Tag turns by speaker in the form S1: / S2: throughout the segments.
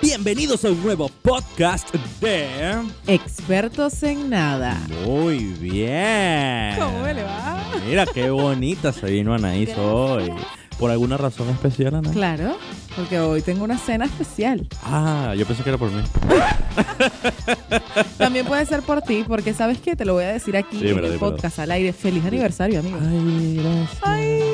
S1: Bienvenidos a un nuevo podcast de...
S2: Expertos en nada.
S1: Muy bien.
S2: ¿Cómo le va?
S1: Mira qué bonita se vino Anaís
S2: Gracias.
S1: hoy. ¿Por alguna razón especial, Anaís?
S2: Claro, porque hoy tengo una cena especial.
S1: Ah, yo pensé que era por mí.
S2: También puede ser por ti, porque sabes que te lo voy a decir aquí
S1: Sí,
S2: en
S1: pero
S2: el
S1: dímelo.
S2: podcast al aire. Feliz aniversario, amigo.
S1: Ah. Ay, gracias.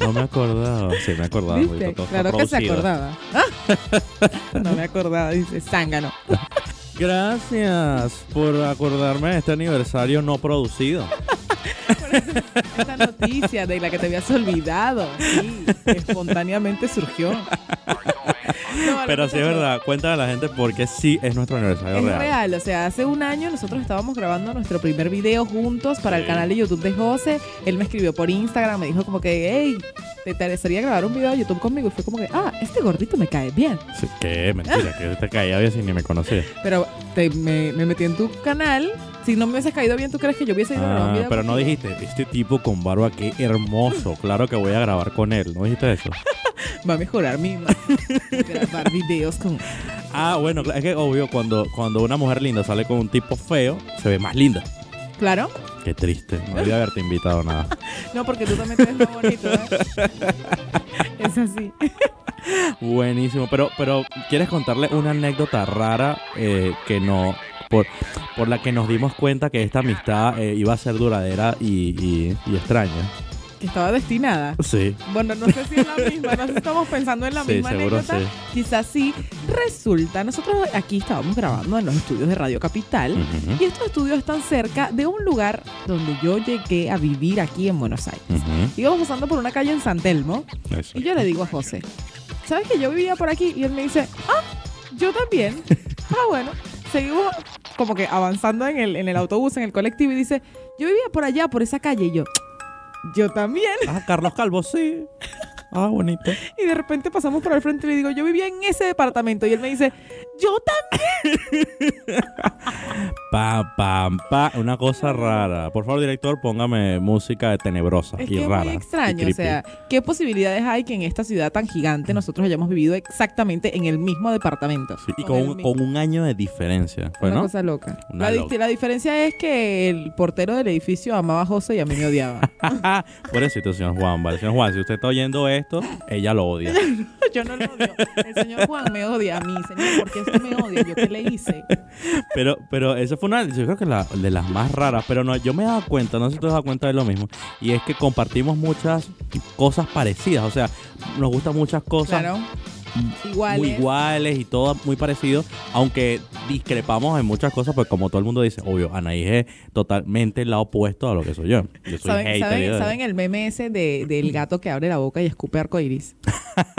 S1: No me acordaba. Sí, me acordaba.
S2: ¿Viste?
S1: porque todo está
S2: Claro que se
S1: producido.
S2: acordaba. Ah. No me acordaba, dice zángano.
S1: Gracias por acordarme de este aniversario no producido.
S2: Esta noticia de la que te habías olvidado, sí, espontáneamente surgió. No, vale,
S1: Pero sí es
S2: muchachos.
S1: verdad. Cuéntale a la gente porque sí es nuestro aniversario
S2: Es
S1: real.
S2: real, o sea, hace un año nosotros estábamos grabando nuestro primer video juntos para el
S1: Sí.
S2: canal de YouTube de José. Él me escribió por Instagram, me dijo como que, hey, ¿te interesaría grabar un video de YouTube conmigo? Y fue como que, ah, este gordito me cae bien.
S1: Sí, qué mentira, que te caía bien si ni me conocía.
S2: Pero te- me, me metí en tu canal. Si no me hubieses caído bien, ¿tú crees que yo hubiese ido a grabar un
S1: Ah,
S2: video?
S1: pero no
S2: contigo?
S1: dijiste, este tipo con barba, qué hermoso. Claro que voy a grabar con él, ¿no dijiste eso?
S2: Va a mejorar mi... grabar videos con...
S1: Ah, bueno, es que obvio, cuando, cuando una mujer linda sale con un tipo feo, se ve más linda.
S2: Claro.
S1: Qué triste, no debía haberte invitado a nada.
S2: No, porque tú también te ves más bonito, ¿eh? Es así.
S1: Buenísimo, pero, pero ¿quieres contarle una anécdota rara eh, que no... Por, por la que nos dimos cuenta que esta amistad eh, iba a ser duradera y, y- y extraña.
S2: Que estaba destinada.
S1: Sí.
S2: Bueno, no sé si es la misma, no sé si estamos pensando en la
S1: sí,
S2: misma
S1: seguro
S2: anécdota.
S1: sí.
S2: Quizás sí. Resulta, nosotros aquí estábamos grabando en los estudios de Radio Capital
S1: Ujú,
S2: y estos estudios están cerca de un lugar donde yo llegué a vivir aquí en Buenos Aires.
S1: ujú,
S2: Íbamos pasando por una calle en San Telmo
S1: eso.
S2: y yo le digo a José, ¿sabes que yo vivía por aquí? Y él me dice, ah, yo también. Ah, bueno, seguimos como que avanzando en el, en el autobús, en el colectivo y dice, yo vivía por allá, por esa calle y yo. Yo también.
S1: Ah, Carlos Calvo, sí. Ah, bonito.
S2: Y de repente pasamos por el frente y le digo, yo vivía en ese departamento. Y él me dice, yo
S1: Pa, pam, pa. Una cosa rara. Por favor, director, póngame música de tenebrosa
S2: Es
S1: y
S2: que
S1: rara.
S2: es muy
S1: y
S2: extraño, o
S1: creepy.
S2: sea, ¿qué posibilidades hay que en esta ciudad tan gigante nosotros hayamos vivido exactamente en el mismo departamento?
S1: Sí, y con,
S2: el
S1: un-
S2: mismo-
S1: con un año de diferencia.
S2: una
S1: Bueno,
S2: cosa loca.
S1: Una
S2: la, di-
S1: loca.
S2: la diferencia es que el portero del edificio amaba a José y a mí me odiaba.
S1: por eso, señor Juan, vale. Señor Juan, si usted está oyendo esto, ella lo odia.
S2: Yo no lo odio. El señor Juan me odia a mí, señor, ¿por qué usted me odia? ¿Yo qué le hice?
S1: Pero, pero esa fue una, yo creo que la, de las más raras. Pero no, yo me he dado cuenta, no sé si te has dado cuenta de lo mismo. Y es que compartimos muchas cosas parecidas. O sea, nos gustan muchas cosas
S2: Claro. eh,
S1: muy
S2: Iguales.
S1: iguales y todo muy parecido, aunque discrepamos en muchas cosas, pues como todo el mundo dice, obvio, Anaís es totalmente la opuesto a lo que soy yo. Yo soy
S2: ¿Saben,
S1: hater.
S2: saben-
S1: yo-
S2: saben el meme ese de, del gato que abre la boca y escupe arcoiris?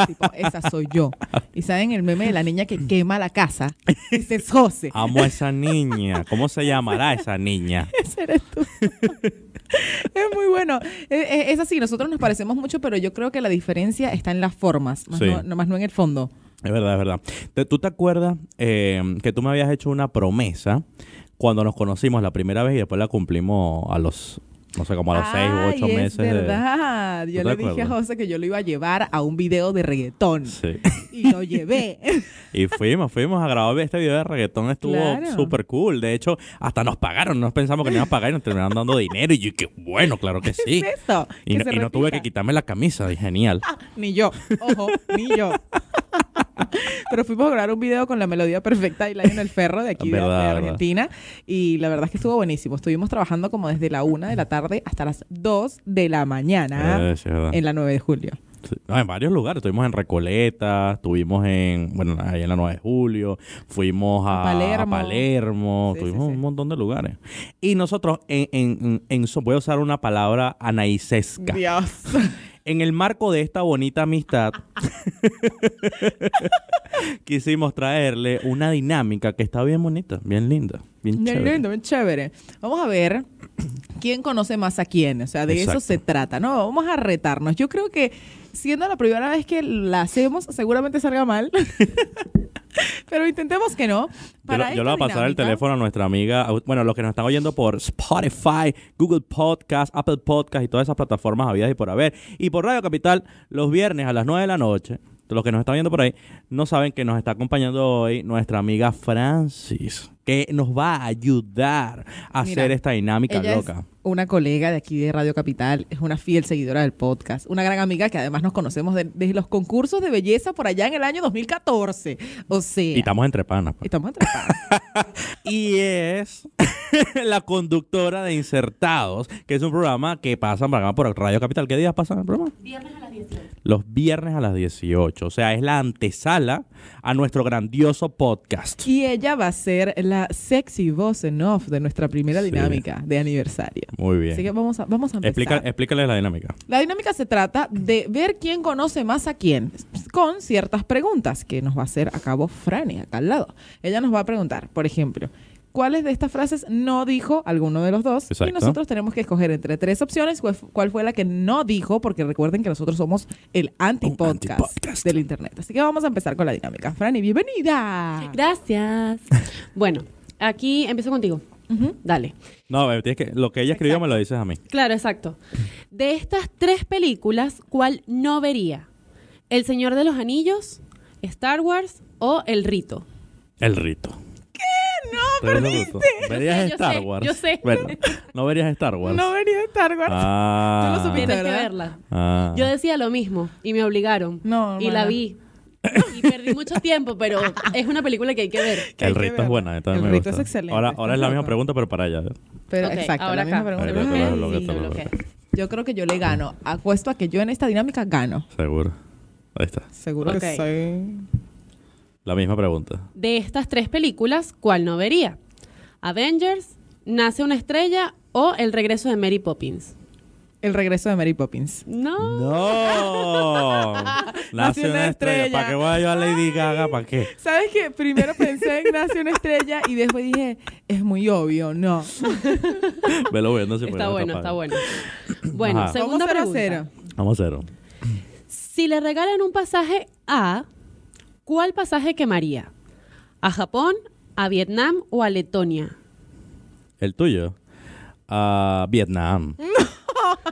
S2: tipo, esa soy yo. ¿Y saben el meme de la niña que quema la casa? Ese es José.
S1: Amo a esa niña. ¿Cómo se llamará esa niña?
S2: Ese eres tú. es muy bueno. E- e- Es, así, nosotros nos parecemos mucho, pero yo creo que la diferencia está en las formas, más,
S1: Sí.
S2: no, no- más no en el fondo.
S1: Es verdad, es verdad. Te- ¿Tú te acuerdas eh, que tú me habías hecho una promesa cuando nos conocimos la primera vez y después la cumplimos a los, no sé, como a los seis u ocho
S2: Ay,
S1: meses?
S2: Es
S1: de-
S2: verdad. Yo
S1: ¿No
S2: le
S1: te
S2: dije a
S1: acuerdas?
S2: José que yo lo iba a llevar a un video de reggaetón.
S1: Sí.
S2: Y lo llevé.
S1: Y fuimos, fuimos a grabar este video de reggaetón, estuvo
S2: Claro.
S1: súper cool. De hecho, hasta nos pagaron, no pensamos que nos iban a pagar y nos terminaron dando dinero. Y yo, qué bueno, claro que sí.
S2: Es eso.
S1: Y
S2: que
S1: no,
S2: se Ah,
S1: y no tuve
S2: repita.
S1: que quitarme la camisa, y genial. Eh,
S2: Ni yo, ojo, ni yo. Pero fuimos a grabar un video con la melodía perfecta y Lionel Ferro de aquí de-
S1: Verdad,
S2: de,
S1: verdad.
S2: Argentina. Y la verdad es que estuvo buenísimo. Estuvimos trabajando como desde la una de la tarde hasta las 2 de la mañana
S1: Eh, sí, es verdad.
S2: en la 9 de julio.
S1: Sí. No, en varios lugares, estuvimos en Recoleta, estuvimos en, bueno, ahí en la 9 de julio, fuimos a,
S2: A Palermo.
S1: a Palermo,
S2: Sí,
S1: tuvimos
S2: sí, sí.
S1: un montón de lugares. Y nosotros, en, en, en- en so- voy a usar una palabra anaicesca,
S2: Dios.
S1: En el marco de esta bonita amistad, quisimos traerle una dinámica que está bien bonita, bien linda, bien
S2: Bien
S1: chévere.
S2: lindo, bien chévere. Vamos a ver quién conoce más a quién. O sea, de
S1: Exacto.
S2: eso se trata, ¿no? Vamos a retarnos. Yo creo que siendo la primera vez que la hacemos, seguramente salga mal. Pero intentemos que no.
S1: Yo,
S2: Para
S1: lo- yo le voy a
S2: esta
S1: pasar el
S2: dinámica-
S1: teléfono a nuestra amiga, a- bueno, los que nos están oyendo por Spotify, Google Podcast, Apple Podcast y todas esas plataformas habidas y por haber. Y por Radio Capital, los viernes a las 9 de la noche. los que nos están viendo por ahí, no saben que nos está acompañando hoy nuestra amiga Francis, que nos va a ayudar a
S2: Mira,
S1: hacer esta dinámica
S2: Ella es
S1: loca.
S2: una colega de aquí de Radio Capital, es una fiel seguidora del podcast, una gran amiga que además nos conocemos de- desde los concursos de belleza por allá en el año 2014. O sea,
S1: Y estamos entre panas. pues.
S2: estamos entre panas.
S1: Y es la conductora de Insertados, que es un programa que pasa por acá por Radio Capital. ¿Qué días pasan el programa?
S3: Viernes a las 18.
S1: Los viernes a las 18. O sea, es la antesala a nuestro grandioso podcast.
S2: Y ella va a ser la sexy voz en off de nuestra primera
S1: Sí.
S2: dinámica de aniversario.
S1: Muy
S2: Así que
S1: bien.
S2: vamos a, vamos a empezar.
S1: Explica- eh. explícale la dinámica.
S2: La dinámica se trata de ver quién conoce más a quién con ciertas preguntas que nos va a hacer a cabo Franny, acá al lado. Ella nos va a preguntar, por ejemplo, ¿cuáles de estas frases no dijo alguno de los dos?
S1: Exacto.
S2: Y nosotros tenemos que escoger entre tres opciones cuál fu- cuál fue la que no dijo, porque recuerden que nosotros somos el antipodcast
S1: antipodcast.
S2: del Internet. Así que vamos a empezar con la dinámica. Franny, bienvenida.
S3: Gracias. bueno, aquí empiezo contigo.
S2: Ujú.
S3: Dale.
S1: No, bebé, tienes que, lo que ella escribió me lo dices a mí.
S3: Claro, exacto. De estas tres películas, ¿cuál no vería? ¿El Señor de los Anillos, Star Wars o El Rito?
S1: El rito. ¿Qué? No, perdiste. Verías
S3: Yo sé,
S1: Star
S3: yo
S1: Wars.
S3: sé.
S1: Bueno, no verías Star Wars.
S2: No venía a estar guardada.
S1: Ah.
S2: Tú lo supiste.
S3: Tienes que
S2: ¿verdad?
S3: verla.
S1: Ah.
S3: Yo decía lo mismo y me obligaron.
S2: No,
S3: y
S2: hermana.
S3: la vi. Y perdí mucho tiempo, pero es una película que hay que ver.
S2: que hay
S1: el
S2: que
S1: rito es
S2: verla.
S1: buena, esta
S2: El
S1: me gusta.
S2: rito es excelente,
S1: Ahora,
S2: está
S1: ahora es la misma
S2: loco.
S1: pregunta, pero para ¿eh? allá.
S2: Pero
S3: Ok,
S2: exacto,
S3: ahora
S2: la misma
S3: acá.
S2: pregunta.
S1: Ahorita te lo- lo-
S3: Sí,
S1: te lo-
S3: lo bloqueé.
S2: Yo creo que yo le gano. Apuesto a que yo en esta dinámica gano.
S1: Seguro. Ahí está.
S2: Seguro
S3: Ok.
S2: que soy.
S1: La misma pregunta.
S3: De estas tres películas, ¿cuál no vería? Avengers, Nace una estrella o El regreso de Mary Poppins.
S2: El regreso de Mary Poppins.
S3: No.
S1: ¡No! Nace una estrella. ¿Para qué voy a llevar a Lady Gaga? ¿Para qué?
S2: ¿Sabes qué? Primero pensé en Nace una estrella y después dije, es muy obvio, no.
S1: Velo viendo si
S3: Está
S1: podemos
S3: bueno,
S1: tapar.
S3: está bueno. Bueno,
S1: Ajá.
S3: segunda
S2: Vamos cero a
S3: pregunta.
S2: cero.
S1: Vamos a cero.
S3: Si le regalan un pasaje a, ¿cuál pasaje quemaría? ¿A Japón, a Vietnam o a Letonia?
S1: ¿El tuyo? A Vietnam.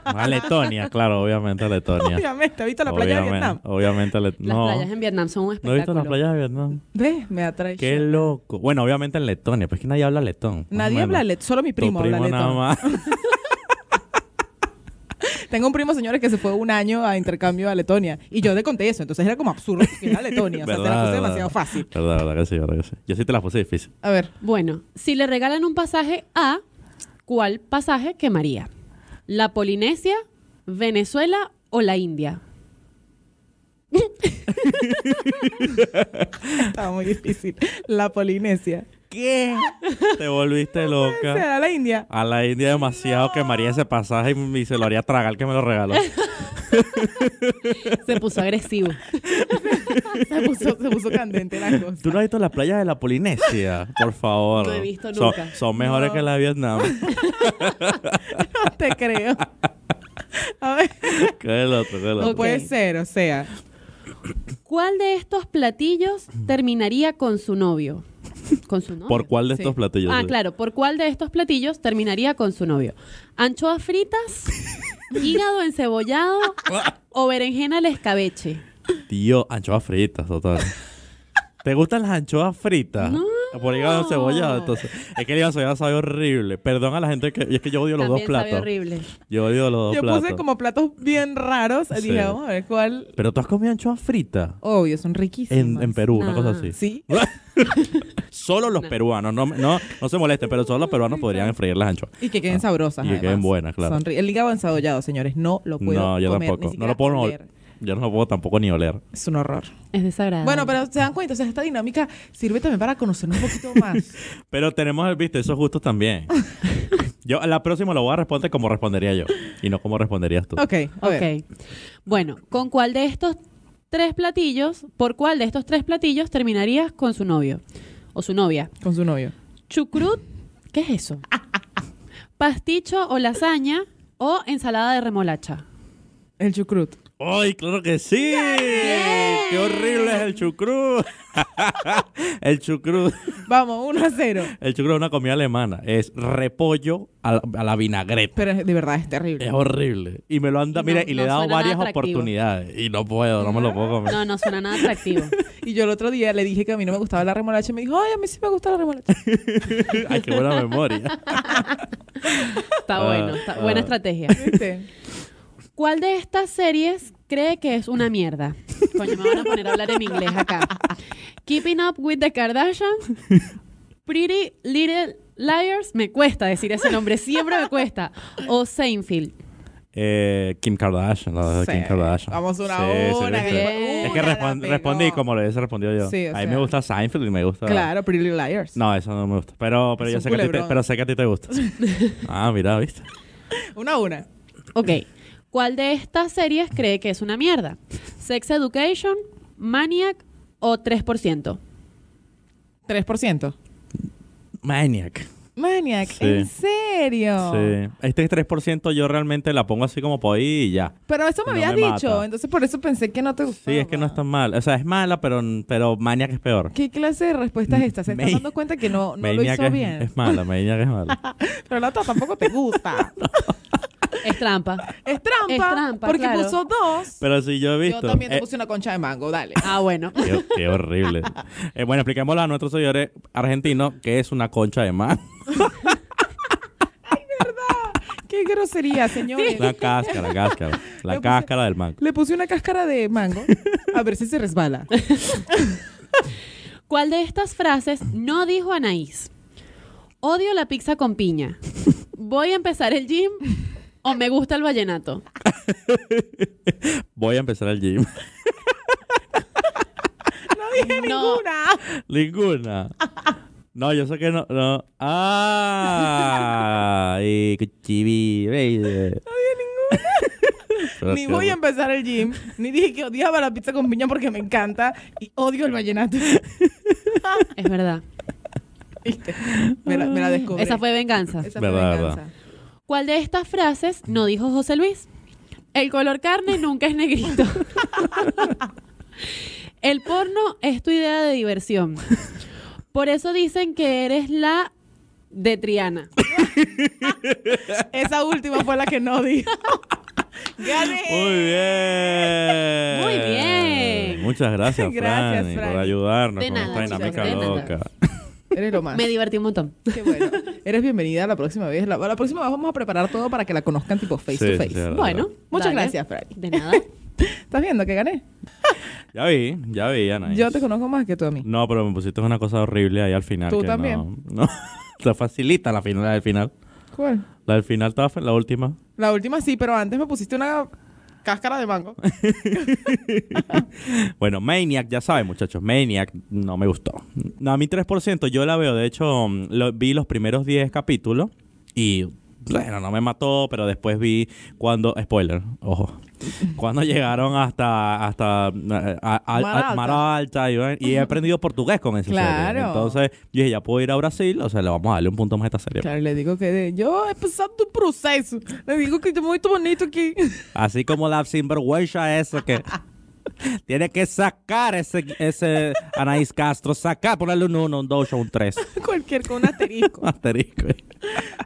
S1: A Letonia, claro, obviamente a Letonia.
S2: Obviamente, ¿has visto la playa de Vietnam?
S1: Obviamente a Letonia.
S3: Las
S1: No,
S3: playas en Vietnam son un
S1: no he visto
S3: espectáculo.
S1: las playas de Vietnam.
S2: ¿Ves? Me atrae.
S1: Qué loco. Bueno, obviamente en Letonia, pues es que nadie habla letón.
S2: Nadie habla letón, solo mi primo,
S1: Tu primo
S2: habla letón.
S1: nada más.
S2: Tengo un primo, señores, que se fue un año a intercambio a Letonia. Y yo le conté eso, entonces era como absurdo que era Letonia. o sea, te la
S1: Verdad,
S2: puse
S1: verdad.
S2: demasiado fácil.
S1: Verdad, verdad que sí, verdad que sí. Yo sí te las puse difícil.
S2: A ver.
S3: Bueno, si le regalan un pasaje a, ¿cuál pasaje quemaría? ¿La Polinesia, Venezuela o la India?
S2: Estaba muy difícil. La Polinesia.
S1: ¿Qué? Te volviste loca.
S2: ¿Será la India?
S1: A la India demasiado quemaría ese pasaje y y se lo haría tragar el que me lo regaló.
S3: Se puso agresivo.
S2: Se puso, se puso candente la cosa.
S1: ¿Tú no has visto las playas de la Polinesia? Por favor.
S3: No he visto
S1: Son-
S3: nunca.
S1: Son, mejores
S2: No.
S1: que las de Vietnam.
S2: No te creo. A ver.
S1: ¿Qué es el otro? ¿Qué es el
S2: No
S1: otro? Pues,
S3: Ok.
S2: puede ser, o sea.
S3: ¿Cuál de estos platillos terminaría con su novio? ¿Con su novio?
S1: ¿Por cuál de estos
S2: Sí.
S1: platillos?
S3: Ah, claro. ¿Por cuál de estos platillos terminaría con su novio? ¿Anchoas fritas, hígado encebollado o berenjena al escabeche?
S1: Tío, anchoas fritas, total. ¿Te gustan las anchoas fritas?
S3: No.
S1: Por hígado cebollado, entonces. Es que el hígado cebollado sabe horrible. Perdón a la gente que. y es que yo odio los
S3: También
S1: dos
S3: sabe
S1: platos.
S3: horrible.
S1: Yo odio los dos
S2: Yo
S1: platos.
S2: puse como platos bien raros.
S1: Sí.
S2: Dije, vamos a ver cuál.
S1: Pero tú has comido anchoas fritas
S2: Obvio, son riquísimos.
S1: en, en Perú, una
S3: No.
S1: cosa así.
S2: Sí.
S1: Solo los peruanos, no, no, no se molesten, pero solo los peruanos podrían freír las anchoas.
S2: Y que queden sabrosas.
S1: y que
S2: además.
S1: queden buenas, claro.
S2: Son ri- El hígado ensabollado, señores, no lo puedo
S1: no, yo
S2: comer, ni
S1: tampoco. No
S2: siquiera
S1: lo puedo
S2: oler.
S1: Yo no lo puedo tampoco ni oler.
S2: Es un horror.
S3: Es desagradable.
S2: Bueno, pero se dan cuenta, o sea, esta dinámica sirve también para conocernos un poquito más.
S1: Pero tenemos, el- viste, esos gustos también. Yo a la próxima lo voy a responder como respondería yo y no como responderías tú.
S2: ok, a ver.
S3: Ok. Bueno, ¿con cuál de estos tres platillos, por cuál de estos tres platillos terminarías con su novio o su novia?
S2: Con su novio.
S3: ¿Chucrut? ¿Qué es eso? ¿Pasticho o lasaña o ensalada de remolacha?
S2: El chucrut.
S1: ¡Ay, claro que sí! ¡Qué horrible es el chucrú! el chucrú.
S2: Vamos, 1 a 0.
S1: El chucrú es una comida alemana. Es repollo a la, a la vinagreta.
S2: Pero de verdad es terrible.
S1: Es horrible. Y me lo anda,
S3: No,
S1: mira, y le he
S3: no
S1: dado
S3: suena nada
S1: varias
S3: atractivo.
S1: oportunidades. Y no puedo, no me lo puedo comer.
S3: No, no suena nada atractivo.
S2: Y yo el otro día le dije que a mí no me gustaba la remolacha y me dijo, ay, a mí sí me gusta la remolacha.
S1: Ay, qué buena memoria.
S3: Está
S1: Ah,
S3: bueno, está- buena
S1: ah.
S3: estrategia.
S2: ¿Viste?
S3: ¿Cuál de estas series cree que es una mierda? Coño, me van a poner a hablar en inglés acá. Keeping Up with the Kardashians, Pretty Little Liars, me cuesta decir ese nombre, siempre me cuesta. O Seinfeld.
S1: Eh, Kim Kardashian, la verdad,
S2: Sí.
S1: Kim Kardashian.
S2: Vamos una
S1: Sí,
S2: a
S1: sí,
S2: una.
S1: sí.
S3: que-
S1: Es
S2: una
S1: que
S2: la
S1: respon-
S2: pegó.
S1: respondí como le hubiese respondido yo.
S2: Sí, o
S1: a mí
S2: sea.
S1: me gusta Seinfeld y me gusta.
S2: Claro, Pretty Little Liars.
S1: No, eso no me gusta. Pero, pero
S2: Es
S1: yo
S2: un
S1: sé que a ti te,
S2: culebrón.
S1: pero sé que a ti te gusta. ah, mira, ¿viste?
S2: Una a una.
S3: Ok, ¿cuál de estas series cree que es una mierda? Sex Education, Maniac o 3%.
S2: 3%.
S1: Maniac.
S2: Maniac,
S1: Sí.
S2: ¿en serio?
S1: Sí. Este 3% yo realmente la pongo así como por ahí y ya.
S2: Pero eso me
S1: No
S2: habías
S1: me
S2: dicho,
S1: mata.
S2: entonces por eso pensé que no te
S1: Sí,
S2: gustaba.
S1: es que no es tan mal. O sea, es mala, pero, pero Maniac es peor.
S2: ¿Qué clase de respuesta es esta? Se está
S1: Me-
S2: dando cuenta que no, no lo
S1: Maniac
S2: hizo
S1: es,
S2: bien.
S1: es mala, Maniac es mala.
S2: Pero la otra tampoco te gusta.
S3: Es trampa.
S2: Es trampa.
S3: Es trampa,
S2: porque
S3: claro.
S2: puso dos.
S1: Pero si yo he
S2: Yo
S1: visto...
S2: también te
S1: eh,
S2: puse una concha de mango, dale.
S3: Ah, bueno.
S1: Qué, qué horrible. Eh, bueno, expliquémosle a nuestros señores argentinos que es una concha de mar.
S2: Qué grosería, señores.
S1: Una cáscara, cáscara. La
S2: Yo puse-
S1: cáscara del mango.
S2: Le puse una cáscara de mango. A ver si se resbala.
S3: ¿Cuál de estas frases no dijo Anaís? Odio la pizza con piña. Voy a empezar el gym o me gusta el vallenato.
S1: Voy a empezar al gym.
S2: No dije
S3: No.
S1: Ninguna.
S2: ninguna.
S1: No, yo sé que no. no. ¡Ah! Y cuchibi, baby. Pero
S2: Ni
S1: qué
S2: voy a
S1: bu-
S2: empezar el gym. Ni dije que odiaba la pizza con piña porque me encanta. Y odio el vallenato.
S3: Es verdad.
S2: ¿Viste? Me la, me la descubrí.
S3: Esa fue venganza.
S2: Esa
S1: Verdad,
S2: venganza.
S1: verdad.
S3: ¿Cuál de estas frases no dijo José Luis? El color carne nunca es negrito. El porno es tu idea de diversión. Por eso dicen que eres la de Triana.
S2: Esa última fue la que no dijo. Gané.
S1: Muy bien.
S3: Muy bien.
S1: Muchas gracias,
S2: Gracias,
S1: Franny, por
S2: Franny.
S1: ayudarnos
S3: De
S1: con esta
S3: nada, chicos,
S1: dinámica
S3: de nada.
S1: loca.
S2: Eres lo más.
S3: Me divertí un montón.
S2: Qué bueno. Eres bienvenida la próxima vez. La, la próxima vez vamos a preparar todo para que la conozcan tipo face
S1: Sí,
S2: to face.
S1: sí, sí.
S3: Bueno.
S2: Muchas
S3: dale.
S2: gracias, Franny.
S3: De nada.
S2: ¿Estás viendo que gané?
S1: Ya vi, ya vi, Ana.
S2: Yo te conozco más que tú a mí.
S1: No, pero me pusiste una cosa horrible ahí al final.
S2: Tú
S1: que
S2: también.
S1: No, no. Te facilita la final, la del final.
S2: ¿Cuál?
S1: La del final estaba fe- la última.
S2: La última sí, pero antes me pusiste una cáscara de mango.
S1: Bueno, Maniac, ya saben, muchachos, Maniac no me gustó. No, a mí 3% yo la veo, de hecho, mm, lo- vi los primeros 10 capítulos y bueno, no me mató, pero después vi cuando spoiler, ojo. Cuando llegaron hasta hasta eh, a- a-
S2: Mar
S1: a- Mar Alta y, bueno, y he aprendido portugués con esa serie.
S2: Claro.
S1: Entonces, dije, ya puedo ir a Brasil, o sea, le vamos a darle un punto más a esta serie.
S2: Claro, le digo que de- yo he pasado tu proceso. Le digo que es muy bonito aquí.
S1: Así como la sinvergüenza esa que tiene que sacar ese, ese Anaís Castro, sacar, ponerle un 1, un 2 o un 3.
S2: Cualquier con un asterisco.
S1: Asterisco.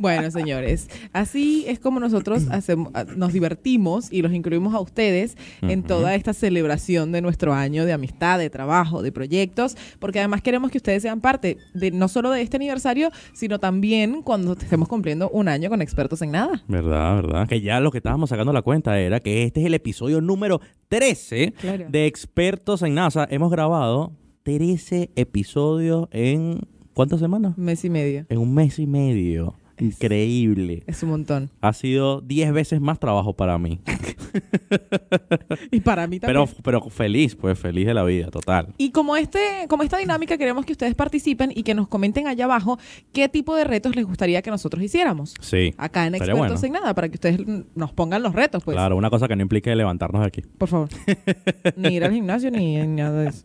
S2: bueno, señores, así es como nosotros hacemos, a- nos divertimos y los incluimos a ustedes en toda esta celebración de nuestro año de amistad, de trabajo, de proyectos, porque además queremos que ustedes sean parte de no solo de este aniversario, sino también cuando estemos cumpliendo un año con expertos en nada.
S1: ¿Verdad, verdad? Que ya lo que estábamos sacando la cuenta era que este es el episodio número 13
S2: Claro.
S1: de Expertos en NASA. hemos grabado 13 episodios en. ¿Cuántas semanas?
S2: Mes y medio.
S1: En un mes y medio. Increíble.
S2: Es un montón.
S1: Ha sido 10 veces más trabajo para mí.
S2: Y para mí también.
S1: Pero, pero feliz, pues feliz de la vida, total.
S2: Y como este, como esta dinámica queremos que ustedes participen y que nos comenten allá abajo qué tipo de retos les gustaría que nosotros hiciéramos.
S1: Sí.
S2: Acá en
S1: Estaría
S2: Expertos
S1: bueno.
S2: en Nada, para que ustedes mm, nos pongan los retos, pues.
S1: Claro, una cosa que no implique levantarnos de aquí.
S2: Por favor. Ni ir al gimnasio ni ni nada de eso.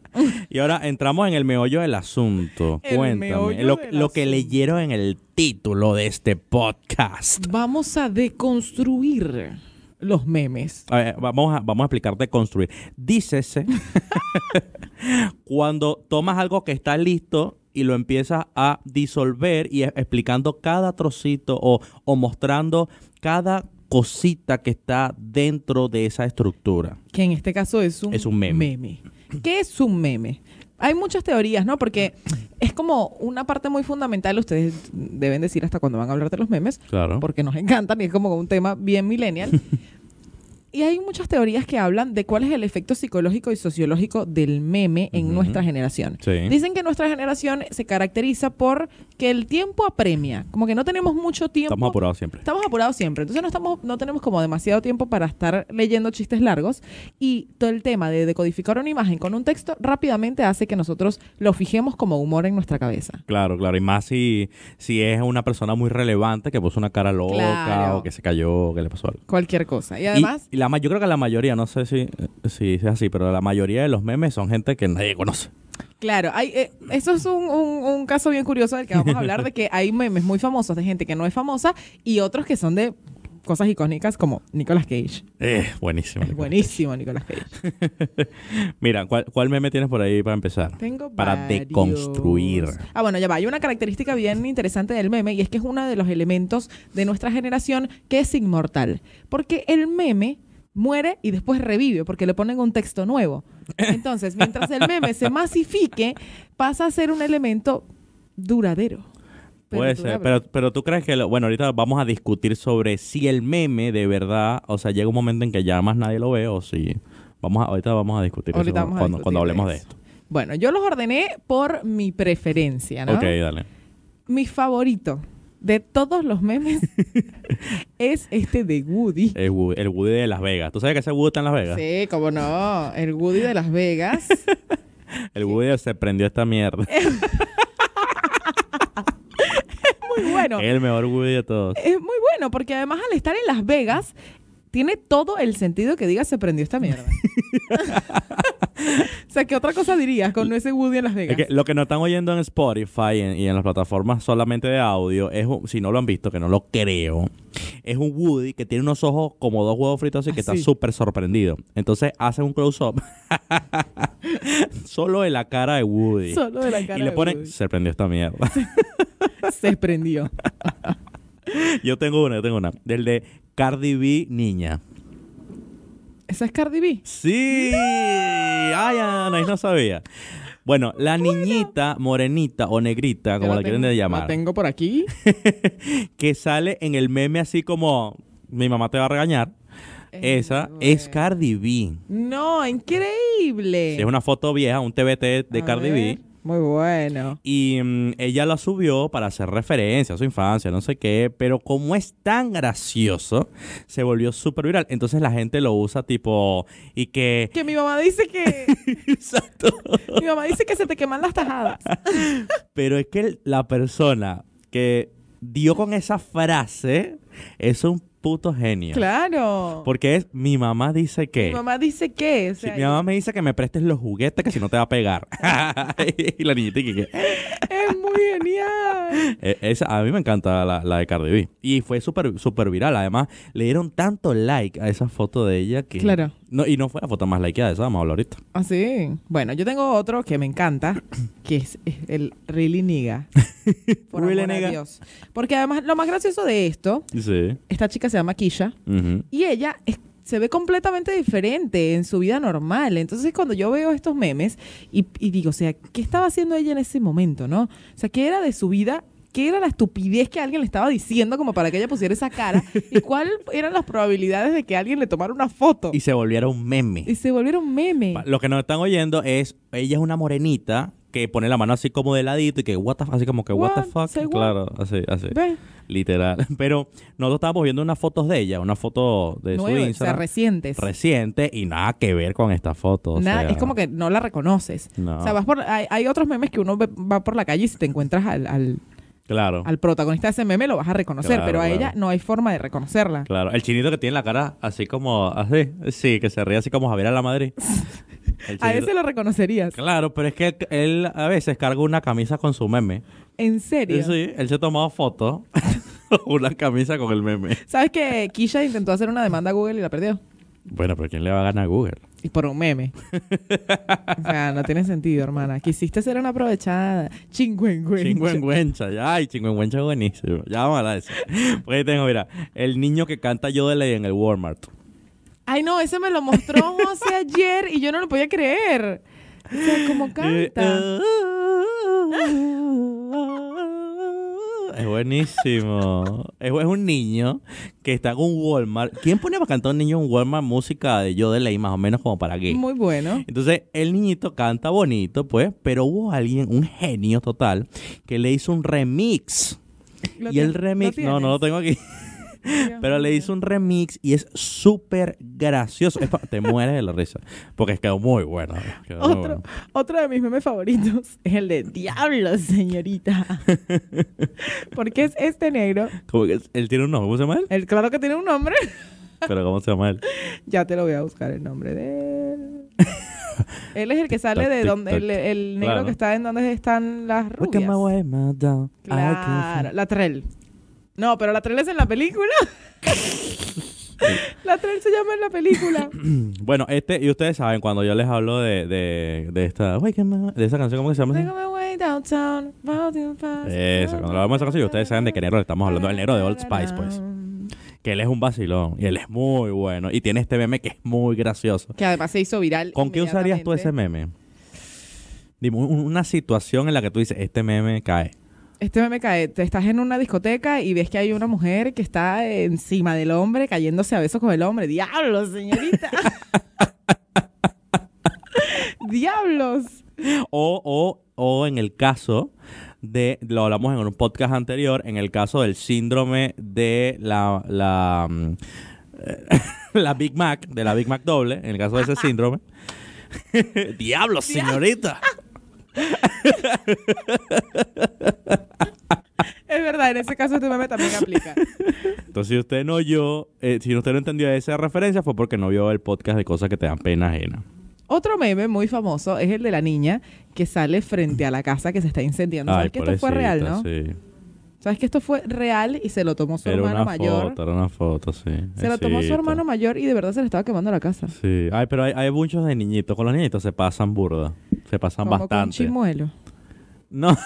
S1: Y ahora entramos en el meollo del asunto.
S2: El
S1: Cuéntame,
S2: meollo
S1: lo,
S2: del
S1: lo que
S2: asunto.
S1: leyeron en el título de este podcast.
S2: Vamos a deconstruir los memes.
S1: A ver, vamos, a, vamos a explicarte construir. Dícese cuando tomas algo que está listo y lo empiezas a disolver y e- explicando cada trocito o, o mostrando cada cosita que está dentro de esa estructura.
S2: que en este caso es un,
S1: Es un meme.
S2: ¿Qué es un meme? Hay muchas teorías, ¿no? Porque es como una parte muy fundamental, ustedes deben decir hasta cuando van a hablar de los memes,
S1: Claro.
S2: porque nos encantan y es como un tema bien millennial. y hay muchas teorías que hablan de cuál es el efecto psicológico y sociológico del meme en
S1: Ujú.
S2: nuestra generación.
S1: Sí.
S2: Dicen que nuestra generación se caracteriza por que el tiempo apremia, como que no tenemos mucho tiempo.
S1: Estamos apurados siempre.
S2: Estamos apurados siempre, entonces no estamos, no tenemos como demasiado tiempo para estar leyendo chistes largos y todo el tema de decodificar una imagen con un texto rápidamente hace que nosotros lo fijemos como humor en nuestra cabeza.
S1: Claro, claro. Y más si, si es una persona muy relevante que puso una cara loca
S2: Claro.
S1: o que se cayó o que le pasó algo.
S2: Cualquier cosa. Y
S1: Y-
S2: además,
S1: y la, ma- yo creo que la mayoría, no sé si, si es así, pero la mayoría de los memes son gente que nadie conoce.
S2: claro, hay, eh, eso es un, un- un caso bien curioso del que vamos a hablar, de que hay memes muy famosos de gente que no es famosa y otros que son de cosas icónicas como Nicolas Cage.
S1: Eh, buenísimo.
S2: Es buenísimo Nicolas Cage.
S1: Mira, ¿cuál, cuál meme tienes por ahí para empezar?
S2: Tengo
S1: Para
S2: varios.
S1: deconstruir.
S2: Ah, bueno, ya va. Hay una característica bien interesante del meme y es que es uno de los elementos de nuestra generación que es inmortal. Porque el meme muere y después revive porque le ponen un texto nuevo. Entonces, mientras el meme se masifique, pasa a ser un elemento duradero.
S1: Puede ser,
S2: Perdurable.
S1: pero, pero tú crees que, lo- bueno, ahorita vamos a discutir sobre si el meme de verdad, o sea, llega un momento en que ya más nadie lo ve o si... Vamos a- ahorita vamos a discutir
S2: Ahorita
S1: eso
S2: vamos a
S1: cuando,
S2: discutir
S1: cuando hablemos de
S2: eso.
S1: esto.
S2: Bueno, yo los ordené por mi preferencia, ¿no?
S1: Ok, dale.
S2: Mi favorito de todos los memes es este de Woody.
S1: El, Woody- el Woody de Las Vegas. ¿Tú sabes que ese Woody está en Las Vegas?
S2: Sí, cómo no. El Woody de Las Vegas.
S1: El Woody se prendió esta mierda.
S2: Muy bueno.
S1: El mejor Woody de todos.
S2: Es muy bueno porque además al estar en Las Vegas tiene todo el sentido que diga se prendió esta mierda. o sea, ¿qué otra cosa dirías con ese Woody en Las Vegas?
S1: Es que lo que nos están oyendo en Spotify en- y en las plataformas solamente de audio es, un- si no lo han visto, que no lo creo, es un Woody que tiene unos ojos como dos huevos fritos y que está
S2: Así.
S1: súper sorprendido. Entonces hace un close-up solo de la cara de Woody.
S2: Solo de la cara.
S1: y le
S2: de
S1: ponen,
S2: Woody.
S1: se prendió esta mierda.
S2: se prendió.
S1: yo tengo una, yo tengo una. Del de Cardi B Niña.
S2: Esa es Cardi B.
S1: Sí. Ay, Anaís no sabía. Bueno, la niñita morenita o negrita, como
S2: Yo
S1: la quieren
S2: tengo-
S1: llamar.
S2: La tengo por aquí.
S1: que sale en el meme así como mi mamá te va a regañar.
S2: Eh,
S1: Esa
S2: bueno.
S1: es Cardi B.
S2: No, increíble.
S1: Es una foto vieja, un TBT de
S2: A
S1: Cardi
S2: ver.
S1: B.
S2: Muy bueno.
S1: Y mm, ella la subió para hacer referencia a su infancia, no sé qué. Pero como es tan gracioso, se volvió súper viral. Entonces la gente lo usa tipo... Y que...
S2: Que mi mamá dice que
S1: Exacto.
S2: mi mamá dice que se te queman las tajadas.
S1: Pero es que la persona que dio con esa frase es un puto genio.
S2: Claro.
S1: Porque es mi mamá dice que...
S2: Mi mamá dice que, o
S1: Sí,
S2: sea,
S1: mi mamá me dice que me prestes los juguetes que si no te va a pegar. y la niñita que, que-
S2: es muy genial.
S1: eh, esa, a mí me encanta la, la de Cardi B. Y fue súper super viral. Además, le dieron tanto like a esa foto de ella que...
S2: Claro.
S1: No, y no fue la foto más likeada, de esa vamos a hablar ahorita.
S2: Ah, sí. Bueno, yo tengo otro que me encanta, que es, es el Really Niga. Por
S1: Really
S2: amor a
S1: nigga.
S2: Dios. Porque además, lo más gracioso de esto,
S1: Sí.
S2: esta chica se llama Kisha,
S1: Ujú.
S2: y ella es- se ve completamente diferente en su vida normal. Entonces, cuando yo veo estos memes y, y digo, o sea, ¿qué estaba haciendo ella en ese momento, no? O sea, ¿qué era de su vida? ¿Qué era la estupidez que alguien le estaba diciendo como para que ella pusiera esa cara? ¿Y cuál eran las probabilidades de que alguien le tomara una foto?
S1: Y
S2: Y,
S1: se volviera un meme.
S2: se volvieron memes.
S1: Pa- Lo que nos están oyendo es, ella es una morenita que pone la mano así como de ladito y que what the fuck, así como que what, the
S2: What?
S1: fuck.
S2: Say what?
S1: Claro, así, así.
S2: ¿Ves?
S1: Literal. Pero nosotros estábamos viendo unas fotos de ella, una foto de
S2: Nueva,
S1: su
S2: o sea,
S1: Instagram.
S2: recientes.
S1: reciente y nada que ver con esta foto. o
S2: Nada,
S1: sea,
S2: es como que no la reconoces.
S1: No.
S2: O sea, vas por, hay, hay otros memes que uno ve- va por la calle y si te encuentras al, al,
S1: Claro,
S2: al protagonista de ese meme lo vas a reconocer,
S1: Claro,
S2: pero a
S1: claro.
S2: ella no hay forma de reconocerla.
S1: claro. El chinito que tiene la cara así como, así, sí, que se ríe así como Javier a la Madrid. El
S2: A
S1: chinito-
S2: ese lo reconocerías.
S1: Claro, pero es que él a veces carga una camisa con su meme.
S2: En serio.
S1: Sí, él se ha tomado fotos. una camisa con el meme.
S2: ¿Sabes que Kisha intentó hacer una demanda a Google y la perdió?
S1: Bueno, pero ¿quién le va a ganar a Google?
S2: Y por un meme. o sea, no tiene sentido, hermana. Quisiste ser una aprovechada. Chingüengüencha.
S1: Chingüengüencha, ya, ay, chingüengüencha es buenísimo. Ya vamos a hablar de eso. Pues ahí tengo, mira, el niño que canta yo de ley en el Walmart.
S2: Ay, no, ese me lo mostró José ayer y yo no lo podía creer. O sea,
S1: Eh,
S2: cómo canta.
S1: Es buenísimo. Es, es un niño que está en un Walmart. ¿Quién pone para cantar a un niño en un Walmart música de yo de ley, más o menos como para qué?
S2: Muy bueno.
S1: Entonces, el niñito canta bonito, pues, pero hubo alguien, un genio total, que le hizo un remix.
S2: Lo
S1: y
S2: tien-
S1: el remix,
S2: lo
S1: no, no lo tengo aquí.
S2: tienes.
S1: Pero le hizo un remix y es súper gracioso. Es pa- te mueres de la risa. Porque quedó muy bueno. quedó muy
S2: Otro,
S1: bueno.
S2: otro de mis memes favoritos es el de Diablo, señorita. Porque es este negro.
S1: Como que él tiene un nombre, ¿cómo se llama él?
S2: Él, claro que tiene un nombre.
S1: Pero ¿cómo se llama él?
S2: Ya te lo voy a buscar el nombre de él. Él es el que sale
S1: Tic,
S2: de
S1: tac,
S2: donde el,
S1: tic, tac.
S2: el negro
S1: Claro.
S2: que está en donde están las
S1: Look at my
S2: rubias.
S1: way, my doll. I can
S2: Claro, la Trell. No, pero la Trell es en la película. la Trell se llama en la película.
S1: feel- Bueno, este, y ustedes saben, cuando yo les hablo de, de, de esta. Wake up, De esa canción, ¿cómo que se llama?
S2: Take my way downtown, mountain pass.
S1: Eso, cuando hablamos de esa canción, ustedes saben de qué negro le estamos hablando, del negro de Old Spice, pues. Que él es un vacilón y él es muy bueno. Y tiene este meme que es muy gracioso.
S2: Que además se hizo viral.
S1: ¿Con qué usarías tú ese meme?
S2: inmediatamente.
S1: Dime un- una situación en la que tú dices, este meme cae.
S2: Este meme cae. Te estás en una discoteca y ves que hay una mujer que está encima del hombre, cayéndose a besos con el hombre. ¡Diablos, señorita! ¡Diablos!
S1: O, o, o en el caso de, lo hablamos en un podcast anterior, en el caso del síndrome de la, la, mm, la Big Mac, de la Big Mac doble, en el caso de ese síndrome. ¡Diablo, señorita!
S2: Es verdad, en ese caso este meme también aplica.
S1: Entonces, si usted no oyó, eh, si usted no entendió esa referencia, fue porque no vio el podcast de cosas que te dan pena ajena.
S2: Otro meme muy famoso es el de la niña que sale frente a la casa que se está incendiando.
S1: Ay,
S2: ¿Sabes que esto fue
S1: pobrecita,
S2: real, no?
S1: sí.
S2: ¿Sabes que esto fue real y se lo tomó su
S1: Era
S2: hermano
S1: una
S2: mayor?
S1: foto, era una foto, sí.
S2: Se lo tomó su
S1: Besito.
S2: hermano mayor y de verdad se le estaba quemando la casa.
S1: Sí. Ay, pero hay, hay muchos de niñitos. Con los niñitos se pasan burda. Se pasan
S2: Como con
S1: bastante.
S2: chimuelo.
S1: No,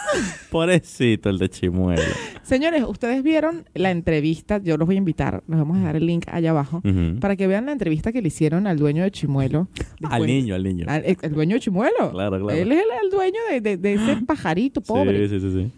S1: pobrecito el de Chimuelo.
S2: Señores, ustedes vieron la entrevista, yo los voy a invitar, les vamos a dejar el link allá abajo,
S1: Ujú.
S2: para que vean la entrevista que le hicieron al dueño de Chimuelo.
S1: Al
S2: Después-
S1: niño, al niño.
S2: al- el, el dueño de Chimuelo.
S1: Claro, claro.
S2: Él es el, el dueño de, de- de ese pajarito pobre.
S1: Sí, sí, sí, sí.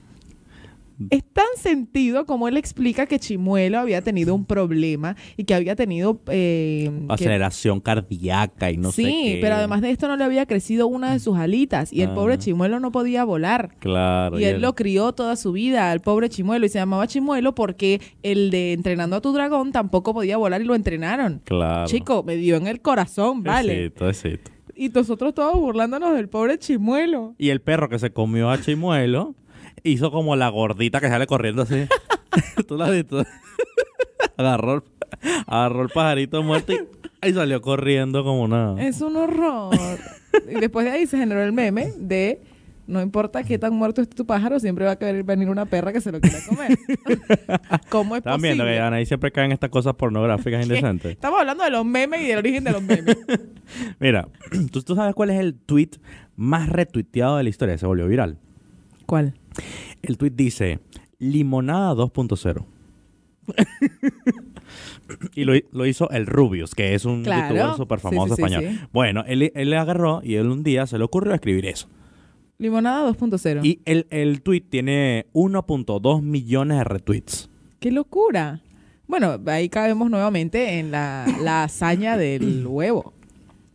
S2: Es tan sentido como él explica que Chimuelo había tenido un problema y que había tenido... eh, que-
S1: Aceleración cardíaca y no
S2: sí,
S1: sé qué.
S2: pero además de esto no le había crecido una de sus alitas y el
S1: Ah.
S2: pobre Chimuelo no podía volar.
S1: Claro.
S2: Y él lo crió toda su vida al pobre Chimuelo y se llamaba Chimuelo porque el de Entrenando a tu dragón tampoco podía volar y lo entrenaron.
S1: Claro.
S2: Chico, me dio en el corazón, vale.
S1: Besito, besito.
S2: Y nosotros todos burlándonos del pobre Chimuelo.
S1: Y el perro que se comió a Chimuelo hizo como la gordita que sale corriendo así. Tú la has visto. agarró, el- agarró el pajarito muerto y, y salió corriendo como una.
S2: Es un horror. y después de ahí se generó el meme de no importa qué tan muerto esté tu pájaro, siempre va a querer venir una perra que se lo quiera comer. ¿Cómo es
S1: Están
S2: posible?
S1: viendo que Anaí siempre caen estas cosas pornográficas indecentes.
S2: Estamos hablando de los memes y del origen de los memes.
S1: Mira, ¿tú, tú sabes cuál es el tweet más retuiteado de la historia. Se volvió viral.
S2: ¿Cuál?
S1: El tweet dice: Limonada 2.0. y lo, hi- lo hizo el Rubius, que es un
S2: Claro.
S1: youtuber súper famoso
S2: Sí, sí, sí,
S1: español.
S2: sí.
S1: Bueno, él, él le agarró y él un día se le ocurrió escribir eso.
S2: Limonada 2.0.
S1: Y el, el tweet tiene 1.2 millones de retweets.
S2: ¡Qué locura! Bueno, ahí caemos nuevamente en la, la hazaña del huevo.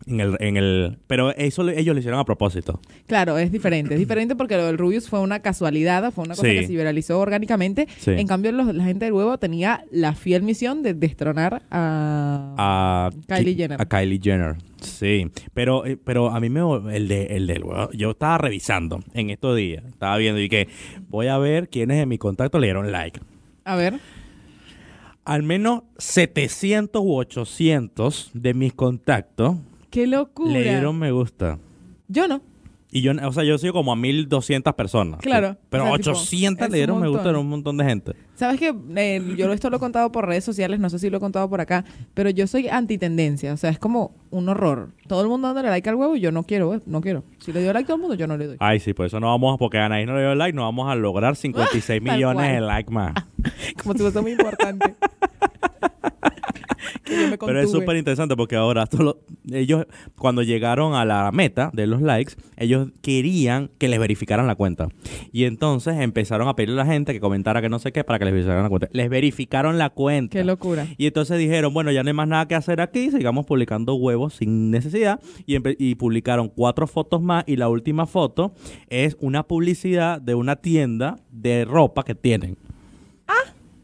S1: En el, en el, pero eso lo- ellos lo hicieron a propósito.
S2: Claro, es diferente. Es diferente porque lo del Rubius fue una casualidad, fue una cosa
S1: Sí.
S2: que se viralizó orgánicamente.
S1: Sí.
S2: En cambio, los- la gente del huevo tenía la fiel misión de destronar a...
S1: a
S2: Ah, Kylie
S1: Ah, Ki-
S2: Jenner.
S1: A Kylie Jenner, sí. Pero, eh, pero a mí me... vol- El, de, el del huevo. Yo estaba revisando en estos días. Estaba viendo y que voy a ver quiénes de mi contacto le dieron like.
S2: A ver,
S1: Al menos 700 u 800 de mis contactos
S2: ¡qué locura!
S1: le dieron me gusta.
S2: Yo no.
S1: Y yo, o sea, yo sigo como a 1200 personas.
S2: Claro.
S1: Pero
S2: O sea, tipo,
S1: 800
S2: es
S1: le
S2: un
S1: dieron me gusta
S2: montón.
S1: a un montón de gente.
S2: O Sabes que yo esto lo he contado por redes sociales, no sé si lo he contado por acá, pero yo soy antitendencia, o sea, es como un horror. Todo el mundo dándole like al huevo y yo no quiero, eh, no quiero. Si le doy like a todo el mundo, yo no le doy.
S1: Ay, sí, por eso no vamos, porque a Anaís no le dio like, no vamos a lograr 56
S2: Tal
S1: millones de
S2: cual.
S1: likes más.
S2: Como si fuese muy importante. que yo me
S1: Pero es
S2: contuve.
S1: súper interesante porque ahora todo lo- ellos, cuando llegaron a la meta de los likes, ellos querían que les verificaran la cuenta. Y entonces empezaron a pedirle a la gente que comentara que no sé qué para que les verificaran la cuenta. Les verificaron la cuenta.
S2: Qué locura.
S1: Y entonces dijeron, bueno, ya no hay más nada que hacer aquí, sigamos publicando huevos sin necesidad. Y, empe- y publicaron cuatro fotos más y la última foto es una publicidad de una tienda de ropa que tienen.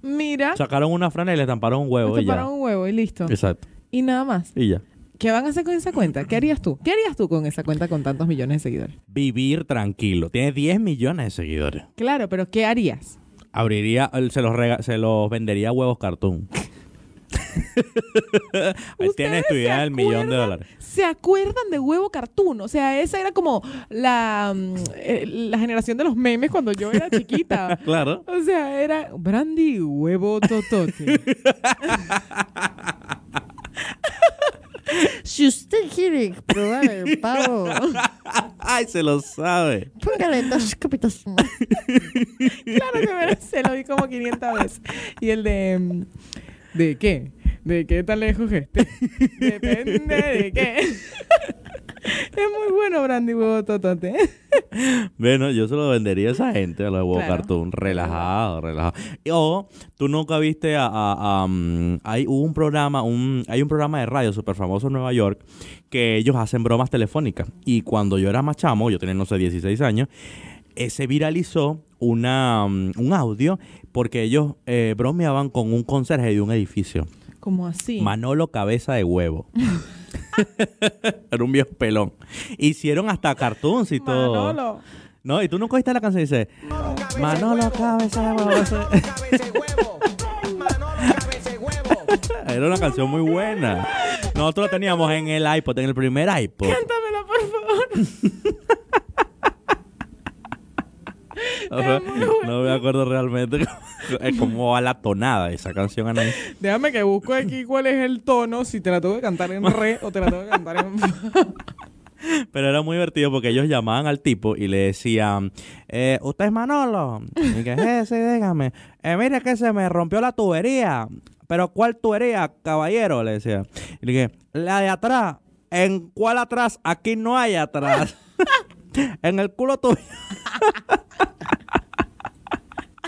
S2: Mira,
S1: Sacaron una franela y le estamparon un huevo
S2: te
S1: y ya.
S2: pararon Ah. un huevo y listo.
S1: Exacto.
S2: Y nada más.
S1: Y ya.
S2: ¿Qué van a hacer con esa cuenta? ¿Qué harías tú? ¿Qué harías tú con esa cuenta con tantos millones de seguidores?
S1: Vivir tranquilo. Tiene 10 millones de seguidores.
S2: Claro, pero ¿qué harías?
S1: Abriría, el- se los, rega- se los vendería a huevos cartoon. Ahí tienes tu
S2: ¿Ustedes
S1: idea
S2: se
S1: del millón de
S2: acuerdan-
S1: dólares.
S2: ¿Se acuerdan de huevo cartoon? O sea, esa era como la, mm, eh, la generación de los memes cuando yo era chiquita.
S1: Claro.
S2: O sea, era Brandy huevo totote.
S4: Si usted quiere probar el pavo,
S1: Ay, se lo sabe.
S4: póngale dos copitas más.
S2: claro que me lo- se lo vi como 500 veces. Y el de... mm, ¿De qué? ¿De qué tan lejos esté? Depende de qué. es muy bueno Brandy huevo ¿eh? totote.
S1: Bueno, yo se lo vendería a esa gente, a los huevos
S2: Claro.
S1: cartoon. Relajado, relajado. Y, O, tú nunca viste a... a- a, mm, hay hubo un programa, un, hay un programa de radio súper famoso en Nueva York que ellos hacen bromas telefónicas. Y cuando yo era más chamo, yo tenía, no sé, 16 años, eh, se viralizó una, mm, un audio porque ellos eh, bromeaban con un conserje de un edificio.
S2: Como así.
S1: Manolo Cabeza de Huevo. Era un viejo pelón. Hicieron hasta cartoons y todo.
S2: Manolo.
S1: No, y tú nunca oíste la canción y dice Manolo Cabeza de Huevo. Era una canción muy buena. Nosotros la teníamos en el iPod, en el primer iPod.
S2: Cántamela, por favor. muy buena.
S1: No me acuerdo realmente cómo va la tonada de esa canción, Anaí.
S2: Déjame que busco aquí cuál es el tono, si te la tengo que cantar en re o te la tengo que cantar en...
S1: Pero era muy divertido porque ellos llamaban al tipo y le decían, eh, ¿usted es Manolo? Y que, "Eh, sí, dígame. Eh, mire que se me rompió la tubería. ¿Pero cuál tubería, caballero? Le decía. Y le dije, la de atrás. ¿En cuál atrás? Aquí no hay atrás. en el culo tuyo.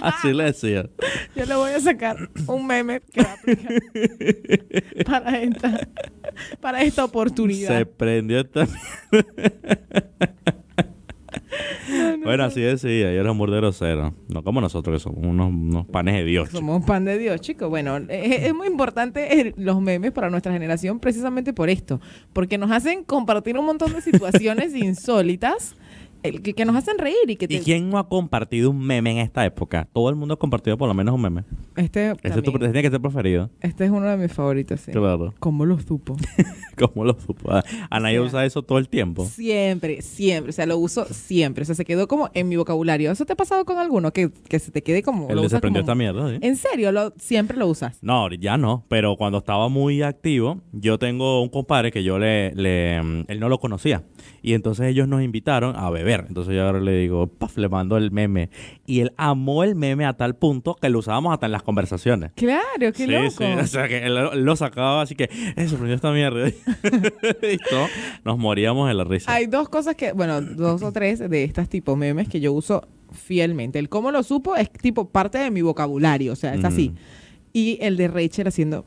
S1: Así le decía.
S2: Yo le voy a sacar un meme que va a aplicar para esta, para esta
S1: Se
S2: oportunidad.
S1: prendió esta Bueno, así decía. Yo era muy grosero. No como nosotros, que somos unos, unos panes de Dios.
S2: Somos pan de Dios, chicos. Bueno, es, es muy importante el- los memes para nuestra generación precisamente por esto, porque nos hacen compartir un montón de situaciones insólitas el, que, que nos hacen reír y que te,
S1: ¿Y quién no ha compartido un meme en esta época? Todo el mundo ha compartido por lo menos un meme.
S2: este,
S1: Ese es tu,
S2: también.
S1: ese tiene que ser preferido.
S2: este es uno de mis favoritos, sí.
S1: Claro.
S2: ¿Cómo lo supo?
S1: ¿Cómo lo supo? Ah, Ana
S2: O sea,
S1: usa eso todo el tiempo.
S2: Siempre, siempre. O sea, lo uso siempre. O sea, se quedó como en mi vocabulario. ¿Eso te ha pasado con alguno? Que, que se te quede como.
S1: Él ¿eh?
S2: lo
S1: se
S2: usas
S1: prendió
S2: como-
S1: esta mierda, ¿sí?
S2: En serio, lo, siempre lo usas.
S1: No, ya no, pero cuando estaba muy activo, yo tengo un compadre que yo le, le mm, él no lo conocía. Y entonces ellos nos invitaron a beber. Entonces yo ahora le digo, paf, le mando el meme. Y él amó el meme a tal punto que lo usábamos hasta en las conversaciones.
S2: Claro, qué
S1: sí,
S2: loco.
S1: sí, o sea que él lo- lo sacaba así que, eh, se prendió esta mierda. y todo, nos moríamos de la risa.
S2: Hay dos cosas que, bueno, dos o tres de estas tipo memes que yo uso fielmente. El cómo lo supo es tipo parte de mi vocabulario. O sea, es así.
S1: Ujú.
S2: Y el de Rachel haciendo.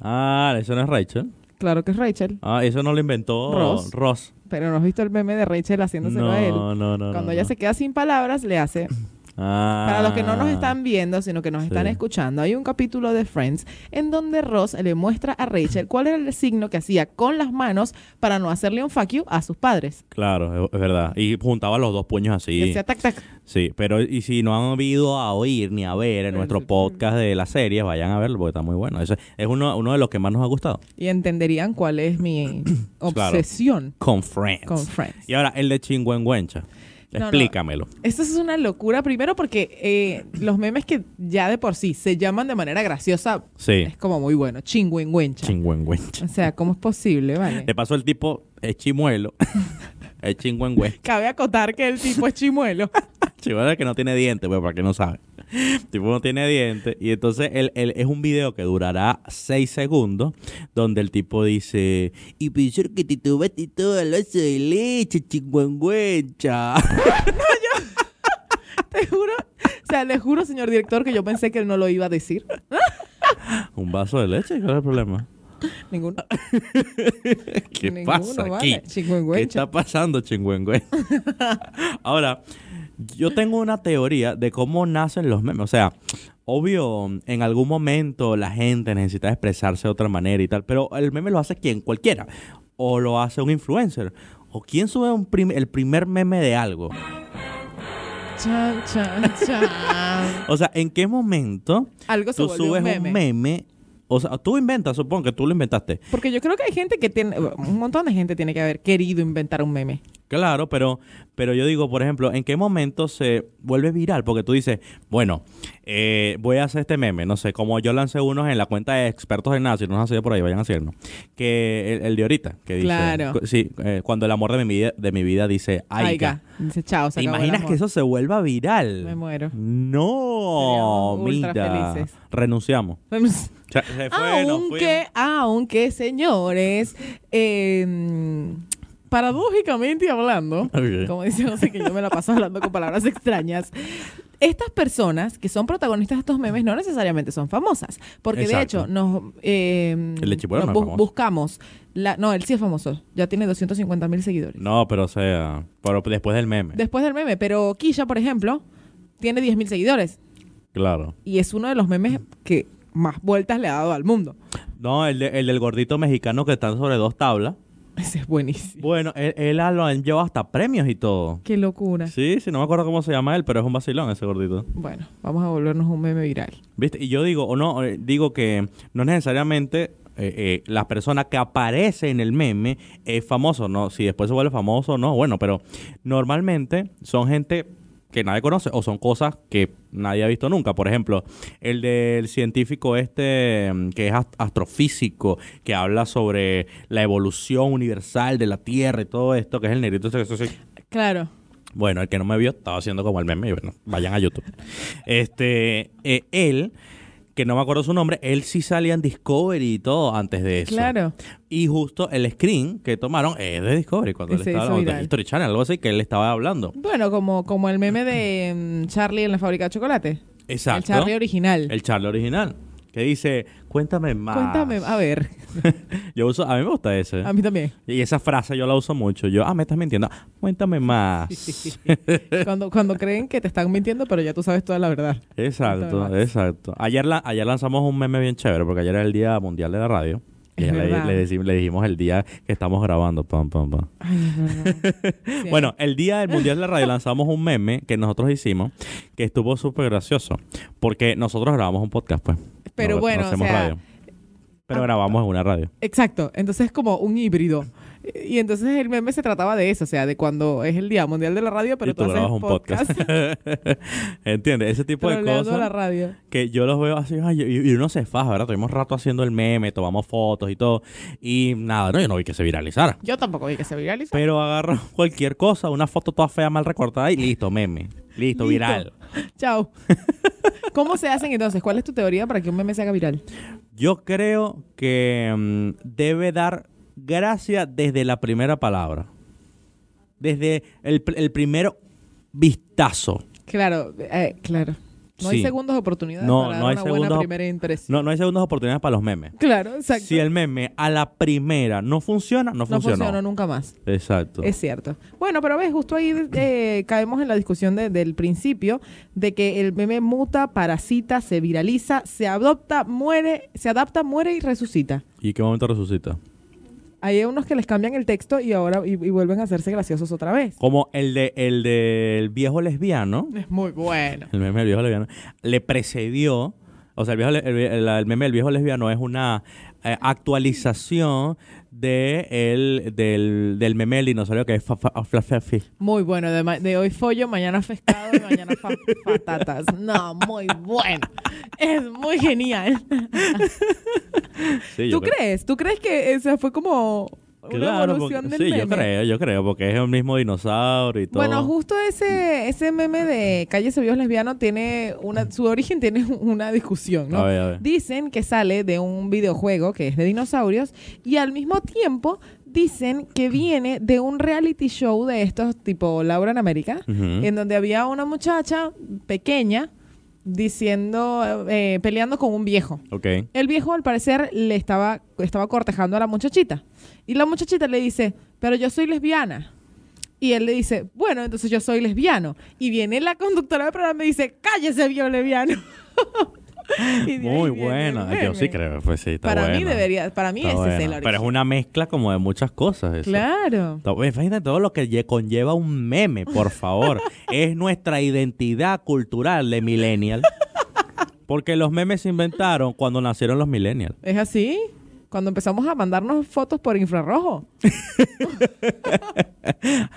S1: Ah, eso no es Rachel.
S2: Claro que es Rachel,
S1: Ah, eso no lo inventó
S2: Ross.
S1: Ross.
S2: pero no has visto el meme de Rachel haciéndoselo
S1: No,
S2: a él.
S1: no, no, no.
S2: Cuando
S1: no.
S2: ella se queda sin palabras, le hace.
S1: Ah.
S2: Para los que no nos están viendo, sino que nos están
S1: Sí.
S2: escuchando, hay un capítulo de Friends en donde Ross le muestra a Rachel cuál era el signo que hacía con las manos para no hacerle un fuck you a sus padres.
S1: Claro, es- es verdad. Y juntaba los dos puños
S2: Que
S1: así.
S2: sea tac tac.
S1: Sí, pero y si no han ido a oír ni a ver en nuestro podcast de la serie, vayan a verlo porque está muy bueno. Ese es uno, uno de los que más nos ha gustado.
S2: Y entenderían cuál es mi obsesión
S1: Con Friends.
S2: con Friends.
S1: Y ahora el de Chingüengüencha.
S2: no.
S1: Explícamelo.
S2: Esto es una locura, primero porque eh, los memes que ya de por sí se llaman de manera graciosa
S1: Sí.
S2: es como muy bueno, chingüengüencha.
S1: Chingüengüencha.
S2: o sea, ¿cómo es posible, vale?
S1: De paso, el tipo es chimuelo. es chingüengüencha.
S2: Cabe acotar que el tipo es chimuelo.
S1: Chimuelo es que no tiene dientes, pues, para que no sabe. El tipo no tiene dientes. Y entonces él, él- es un video que durará seis segundos, donde el tipo dice: Y pensar que te tomaste toda la leche de leche, chingüengüencha.
S2: Te juro, o sea, le juro, señor director, que yo pensé que él no lo iba a decir.
S1: un vaso de leche, ¿cuál es el problema?
S2: Ninguno.
S1: ¿Qué
S2: Ninguno,
S1: pasa aquí?
S2: vale.
S1: ¿Qué
S2: Chingüengüencha.
S1: está pasando, chingüengüe? Ahora, yo tengo una teoría de cómo nacen los memes. O sea, obvio, en algún momento la gente necesita expresarse de otra manera y tal, pero el meme lo hace quien, cualquiera. O lo hace un influencer. ¿O quién sube un prim- el primer meme de algo?
S2: Chan, chan, chan.
S1: O sea, ¿en qué momento
S2: Algo se
S1: tú
S2: vuelve
S1: subes
S2: un meme.
S1: un meme? O sea, tú inventas, supongo que tú lo inventaste.
S2: Porque yo creo que hay gente que tiene, un montón de gente tiene que haber querido inventar un meme.
S1: Claro, pero, pero yo digo, por ejemplo, ¿en qué momento se vuelve viral? Porque tú dices, bueno, eh, voy a hacer este meme, no sé, como yo lancé unos en la cuenta de expertos en nada, si no los han seguido por ahí, vayan a seguirnos, que el, el de ahorita, que dice,
S2: Claro.
S1: cu- sí, eh, cuando el amor de mi vida, de mi vida dice, ay,
S2: Aiga. Dice, chao, se
S1: ¿Te
S2: acabó el
S1: imaginas
S2: amor.
S1: que eso se vuelva viral?
S2: Me muero.
S1: No,
S2: Seríamos ultra
S1: mira,
S2: felices.
S1: renunciamos. O sea, se fue, nos
S2: aunque, aunque, señores, eh, paradójicamente hablando,
S1: Ok.
S2: como dice no sé que yo me la paso hablando con palabras extrañas. Estas personas que son protagonistas de estos memes no necesariamente son famosas, porque
S1: Exacto.
S2: de hecho nos, eh,
S1: El de Chimuelo
S2: nos
S1: no es
S2: bus-
S1: famoso.
S2: buscamos, la, no, él sí es famoso, ya tiene 250 mil seguidores.
S1: No, pero o sea, pero después del meme,
S2: Después del meme, pero Kisha, por ejemplo, tiene 10 mil seguidores
S1: claro.
S2: y es uno de los memes que más vueltas le ha dado al mundo.
S1: No, el, de- el del gordito mexicano que están sobre dos tablas.
S2: Ese es buenísimo.
S1: Bueno, él, él a- lo han llevado hasta premios y todo.
S2: Qué locura.
S1: Sí, sí, no me acuerdo cómo se llama él, pero es un vacilón ese gordito.
S2: Bueno, vamos a volvernos un meme viral.
S1: ¿Viste? Y yo digo, o no, eh, digo que no necesariamente eh, eh, la persona que aparece en el meme es famoso, ¿no? Si después se vuelve famoso, no, bueno, pero normalmente son gente que nadie conoce o son cosas que nadie ha visto nunca. Por ejemplo, el del científico este mm, que es ast- astrofísico, que habla sobre la evolución universal de la Tierra y todo esto, que es el negrito ese que se hace-
S2: Claro.
S1: Bueno, el que no me vio estaba haciendo como el meme. y Bueno, vayan a YouTube. Este, eh, él, que no me acuerdo su nombre, él sí salía en Discovery y todo antes de eso.
S2: Claro.
S1: Y justo el screen que tomaron es de Discovery cuando
S2: Y
S1: él
S2: se
S1: estaba
S2: hizo
S1: hablando de
S2: viral.
S1: History Channel, algo así que él estaba hablando.
S2: Bueno, como, como el meme de mm, Charlie en la fábrica de chocolate.
S1: Exacto.
S2: El Charlie original.
S1: El Charlie original. Que dice, cuéntame más.
S2: Cuéntame, a ver,
S1: Yo uso, a mí me gusta ese.
S2: a mí también.
S1: Y esa frase yo la uso mucho. Yo, ah, me estás mintiendo. Cuéntame más.
S2: Cuando, cuando creen que te están mintiendo, pero ya tú sabes toda la verdad.
S1: Exacto,
S2: Entonces,
S1: exacto. Ayer, la, ayer lanzamos un meme bien chévere porque ayer era el Día Mundial de la Radio. Y
S2: Es
S1: ayer le,
S2: verdad.
S1: le decim- le dijimos el día que estamos grabando. Pam, pam, pam.
S2: Ay, es verdad. Sí.
S1: Bueno, el Día del Mundial de la Radio lanzamos un meme que nosotros hicimos que estuvo súper gracioso porque nosotros grabamos un podcast, pues.
S2: Pero
S1: No- no
S2: bueno, o
S1: hacemos
S2: sea, ah,
S1: radio. Pero grabamos en una radio.
S2: Exacto, entonces es como un híbrido. Y entonces el meme se trataba de eso, o sea, de cuando es el Día Mundial de la Radio, pero
S1: y tú grabas un podcast. ¿Entiendes? Ese tipo de
S2: troleando
S1: cosas.
S2: la radio.
S1: que yo los veo así, ay, y, y uno se faja, ¿verdad? Tuvimos rato haciendo el meme, tomamos fotos y todo, y nada, no, yo no vi que se viralizara.
S2: Yo tampoco vi que se viralizó.
S1: Pero agarro cualquier cosa, una foto toda fea, mal recortada, y listo, meme. Listo,
S2: Listo.
S1: viral.
S2: Chao. ¿Cómo se hacen entonces? ¿Cuál es tu teoría para que un meme se haga viral?
S1: Yo creo que mm, debe dar gracia desde la primera palabra. Desde el, pr- el primer vistazo.
S2: Claro, eh, claro. No
S1: Sí.
S2: hay segundas oportunidades
S1: No,
S2: para
S1: no
S2: dar
S1: hay
S2: una
S1: segundas
S2: buena
S1: op-
S2: primera impresión.
S1: No, no hay segundas oportunidades para los memes.
S2: Claro, exacto.
S1: Si el meme a la primera no funciona, no,
S2: no
S1: funcionó.
S2: funcionó nunca más.
S1: Exacto.
S2: Es cierto. Bueno, pero ves, justo ahí eh, caemos en la discusión de- del principio de que el meme muta, parasita, se viraliza, se adopta, muere, se adapta, muere y resucita.
S1: ¿Y qué momento resucita?
S2: Hay unos que les cambian el texto y ahora y, y vuelven a hacerse graciosos otra vez.
S1: Como el de el del viejo lesbiano,
S2: Es muy bueno.
S1: el meme del viejo lesbiano, le precedió O sea, el, viejo le- el, el- el meme del viejo lesbiano es una eh, actualización de el, del, del meme del dinosaurio que es fa- fa- fa- fa- fi.
S2: Muy bueno, de, ma- de hoy follo, mañana pescado y mañana fa- patatas. No, muy bueno. Es muy genial.
S1: Sí, yo
S2: ¿Tú
S1: creo-
S2: crees? ¿Tú crees que o sea, fue como una
S1: Claro, porque-
S2: evolución del
S1: sí, yo
S2: meme?
S1: creo, yo creo, porque es el mismo dinosaurio y todo.
S2: Bueno, justo ese, ese meme de Calle Vio Lesbiano tiene una, su origen tiene una discusión, ¿no?
S1: A ver, a ver.
S2: Dicen que sale de un videojuego que es de dinosaurios y al mismo tiempo dicen que viene de un reality show de estos tipo Laura en América,
S1: Ujú.
S2: en donde había una muchacha pequeña diciendo, eh, peleando con un viejo.
S1: Ok.
S2: El viejo al parecer le estaba, estaba cortejando a la muchachita. Y la muchachita le dice, pero yo soy lesbiana. Y él le dice, bueno, entonces yo soy lesbiano. Y viene la conductora del programa y dice, cállese, viejo lesbiano. Y de ahí
S1: Muy
S2: viene el
S1: buena. Yo
S2: meme.
S1: sí creo, pues sí, está
S2: Para mí
S1: bueno.
S2: debería, para mí
S1: Está
S2: ese es el
S1: bueno. Pero es
S2: origen.
S1: una mezcla como de muchas cosas. eso.
S2: Claro.
S1: To- Imagínate todo lo que lle- conlleva un meme, por favor. es nuestra identidad cultural de millennial. Porque los memes se inventaron cuando nacieron los millennials.
S2: Es así. Cuando empezamos a mandarnos fotos por infrarrojo.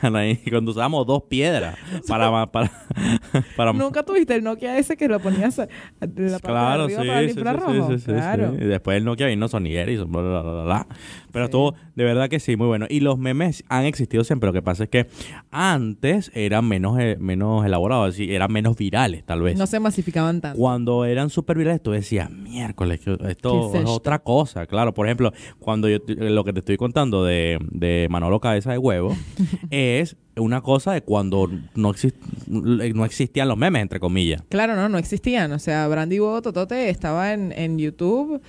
S1: Anaí, cuando usábamos dos piedras para... ma- para, para
S2: Nunca tuviste el Nokia ese que lo ponías a- a- de la
S1: Claro,
S2: parte de
S1: sí,
S2: arriba para el
S1: sí, sí,
S2: infrarrojo.
S1: sí, sí, sí,
S2: claro.
S1: sí. Y después el Nokia vino Sony Ericsson, bla, bla, bla, bla, bla. Pero
S2: Sí.
S1: todo, de verdad que sí, muy bueno. Y los memes han existido siempre. Lo que pasa es que antes eran menos, eh, menos elaborados, y eran menos virales, tal vez.
S2: No se masificaban tanto.
S1: Cuando eran super virales, tú decías, miércoles, que esto
S2: ¿Qué es
S1: es
S2: esto?
S1: otra cosa. Claro, por ejemplo, cuando yo te- lo que te estoy contando de, de Manolo Cabeza de Huevo es una cosa de cuando no, exist- no existían los memes, entre comillas.
S2: Claro, no, no existían. O sea, Brandy Bobo Totote estaba en, en YouTube.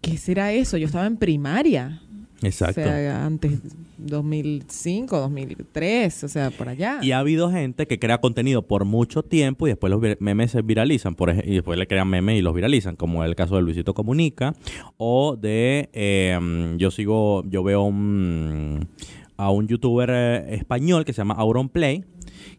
S2: ¿Qué será eso? Yo estaba en primaria.
S1: Exacto.
S2: O sea, antes 2005, 2003, o sea, por allá.
S1: Y ha habido gente que crea contenido por mucho tiempo y después los vir- memes se viralizan, por ej- y después le crean memes y los viralizan, como el caso de Luisito Comunica o de eh, yo sigo, yo veo un- a un youtuber eh, español que se llama Auronplay,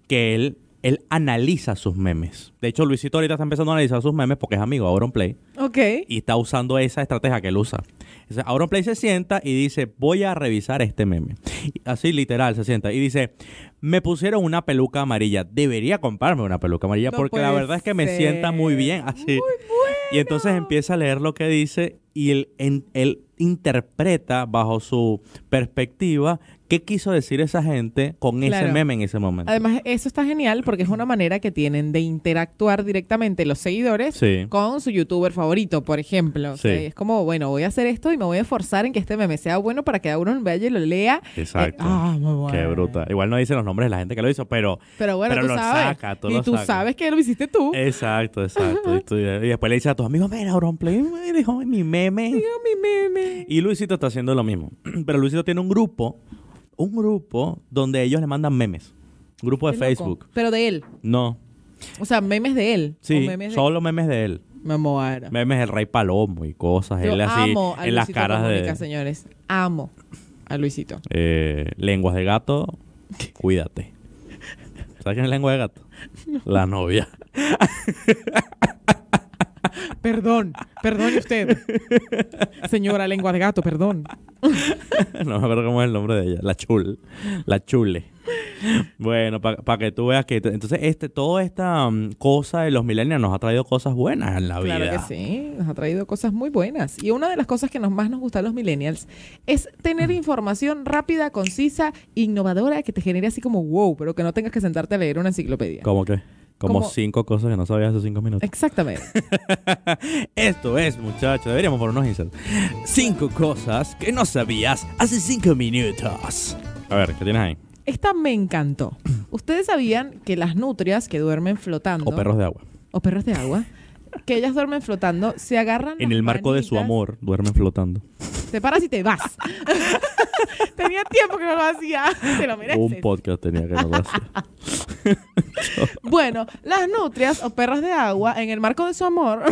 S1: que él él analiza sus memes. De hecho, Luisito ahorita está empezando a analizar sus memes porque es amigo de Auronplay
S2: Ok.
S1: y está usando esa estrategia que él usa. Entonces, Auronplay se sienta y dice, voy a revisar este meme. Y Así literal se sienta y dice, me pusieron una peluca amarilla, debería comprarme una peluca amarilla
S2: No
S1: porque la
S2: puede
S1: verdad es que me
S2: ser.
S1: sienta muy bien así. Y entonces empieza a leer lo que dice y él, en- él interpreta bajo su perspectiva qué quiso decir esa gente con
S2: Claro.
S1: ese meme en ese momento.
S2: Además, eso está genial porque es una manera que tienen de interactuar directamente los seguidores
S1: Sí.
S2: con su youtuber favorito, por ejemplo. O
S1: Sí.
S2: sea, es como, bueno, voy a hacer esto y me voy a esforzar en que este meme sea bueno para que a uno vaya y lo lea.
S1: Exacto.
S2: Eh, ah, muy bueno.
S1: Qué bruta. Igual no dicen los nombres de la gente que lo hizo, pero
S2: Pero bueno,
S1: Pero
S2: tú
S1: lo
S2: sabes.
S1: saca, tú
S2: y
S1: lo
S2: tú
S1: sacas.
S2: sabes que lo hiciste tú.
S1: Exacto, exacto. Y tú- y después le dices a tus amigos, mira, Auronplay, me dejó mi meme.
S2: Mira mi meme.
S1: Y Luisito está haciendo lo mismo. Pero Luisito tiene un grupo, un grupo donde ellos le mandan memes. Un grupo de
S2: Qué loco.
S1: Facebook.
S2: Pero de él.
S1: No.
S2: O sea, memes de él. o
S1: Sí,
S2: memes de-
S1: solo memes de él.
S2: Me muero.
S1: Memes del Rey Palomo y cosas.
S2: Yo
S1: él así,
S2: amo a
S1: en las
S2: Luisito
S1: caras
S2: Comunica,
S1: de
S2: señores. Amo a Luisito.
S1: eh, lenguas de gato, cuídate. ¿Sabes quién es lengua de gato? La novia.
S2: Perdón. Perdone usted. Señora lengua de gato, perdón.
S1: No me acuerdo cómo es el nombre de ella. La Chul. La Chule. Bueno, para que tú veas que... Entonces, este, toda esta mm, cosa de los millennials nos ha traído cosas buenas en la
S2: Claro
S1: vida.
S2: que sí. Nos ha traído cosas muy buenas. Y una de las cosas que nos más nos gusta a los millennials es
S1: Mm.
S2: tener información rápida, concisa, innovadora, que te genere así como wow, pero que no tengas que sentarte a leer una enciclopedia.
S1: ¿Cómo que? Como,
S2: Como-
S1: cinco cosas que no sabías hace cinco minutos.
S2: Exactamente.
S1: Esto es, muchachos. Deberíamos poner unos inserts. Cinco cosas que no sabías hace cinco minutos. A ver, ¿qué tienes ahí?
S2: Esta me encantó. Ustedes sabían que las nutrias que duermen flotando.
S1: O perros de agua.
S2: o perros de agua. Que ellas duermen flotando, se agarran.
S1: En
S2: las
S1: el marco de su
S2: manitas,
S1: amor, duermen flotando.
S2: Te paras y te vas. Tenía tiempo que no lo hacía. Te lo mereces.
S1: Un podcast tenía que no lo hacía.
S2: Bueno, las nutrias o perros de agua, en el marco de su amor,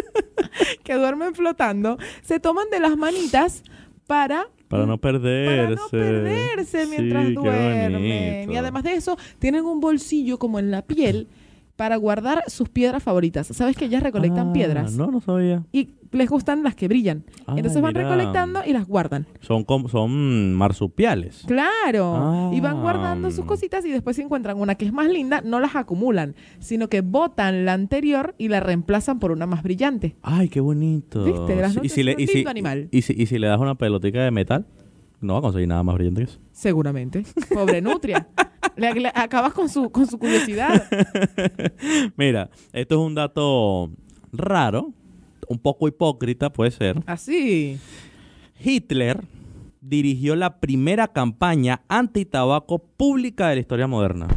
S2: que duermen flotando, se toman de las manitas Mm. para
S1: Para no perderse.
S2: Para no perderse mientras
S1: Sí, qué
S2: duermen.
S1: bonito.
S2: Y además de eso, tienen un bolsillo como en la piel para guardar sus piedras favoritas. ¿Sabes que ellas recolectan
S1: Ah,
S2: piedras?
S1: No, no sabía.
S2: Y les gustan las que brillan.
S1: Ah,
S2: Entonces van
S1: mira.
S2: recolectando y las guardan.
S1: Son, com- son marsupiales.
S2: Claro.
S1: Ah.
S2: Y van guardando sus cositas y después si encuentran una que es más linda, no las acumulan, sino que botan la anterior y la reemplazan por una más brillante.
S1: Ay, qué bonito.
S2: Viste, las
S1: Sí,
S2: notas son un lindo animal.
S1: Y si, y si le das una pelotica de metal, no va a conseguir nada más brillante que eso.
S2: Seguramente. Pobre Nutria. Le- le acabas con su, con su curiosidad.
S1: Mira, esto es un dato raro, un poco hipócrita puede ser.
S2: Así.
S1: Hitler dirigió la primera campaña antitabaco pública de la historia moderna.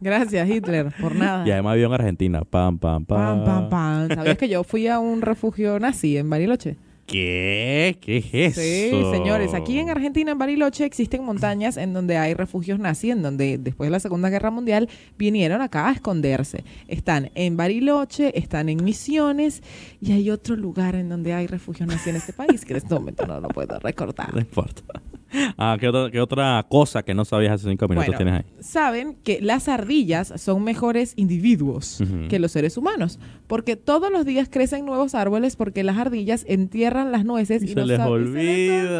S2: Gracias, Hitler, por nada.
S1: Y además vivió en Argentina. Pam, pam, pam.
S2: Pam, pam, pam. ¿Sabías que yo fui a un refugio nazi en Bariloche?
S1: ¿Qué? ¿Qué es eso?
S2: Sí, señores. Aquí en Argentina, en Bariloche, existen montañas en donde hay refugios nazi, en donde después de la Segunda Guerra Mundial vinieron acá a esconderse. Están en Bariloche, están en Misiones y hay otro lugar en donde hay refugios nazi en este país que en este momento no lo puedo
S1: No
S2: recordar.
S1: importa. Ah, ¿qué otra, qué otra cosa que no sabías hace cinco minutos
S2: Bueno,
S1: tienes ahí?
S2: saben que las ardillas son mejores individuos
S1: Ujú.
S2: que los seres humanos, porque todos los días crecen nuevos árboles porque las ardillas entierran las nueces
S1: Y
S2: y,
S1: se
S2: no
S1: les
S2: sab- y se les
S1: olvida.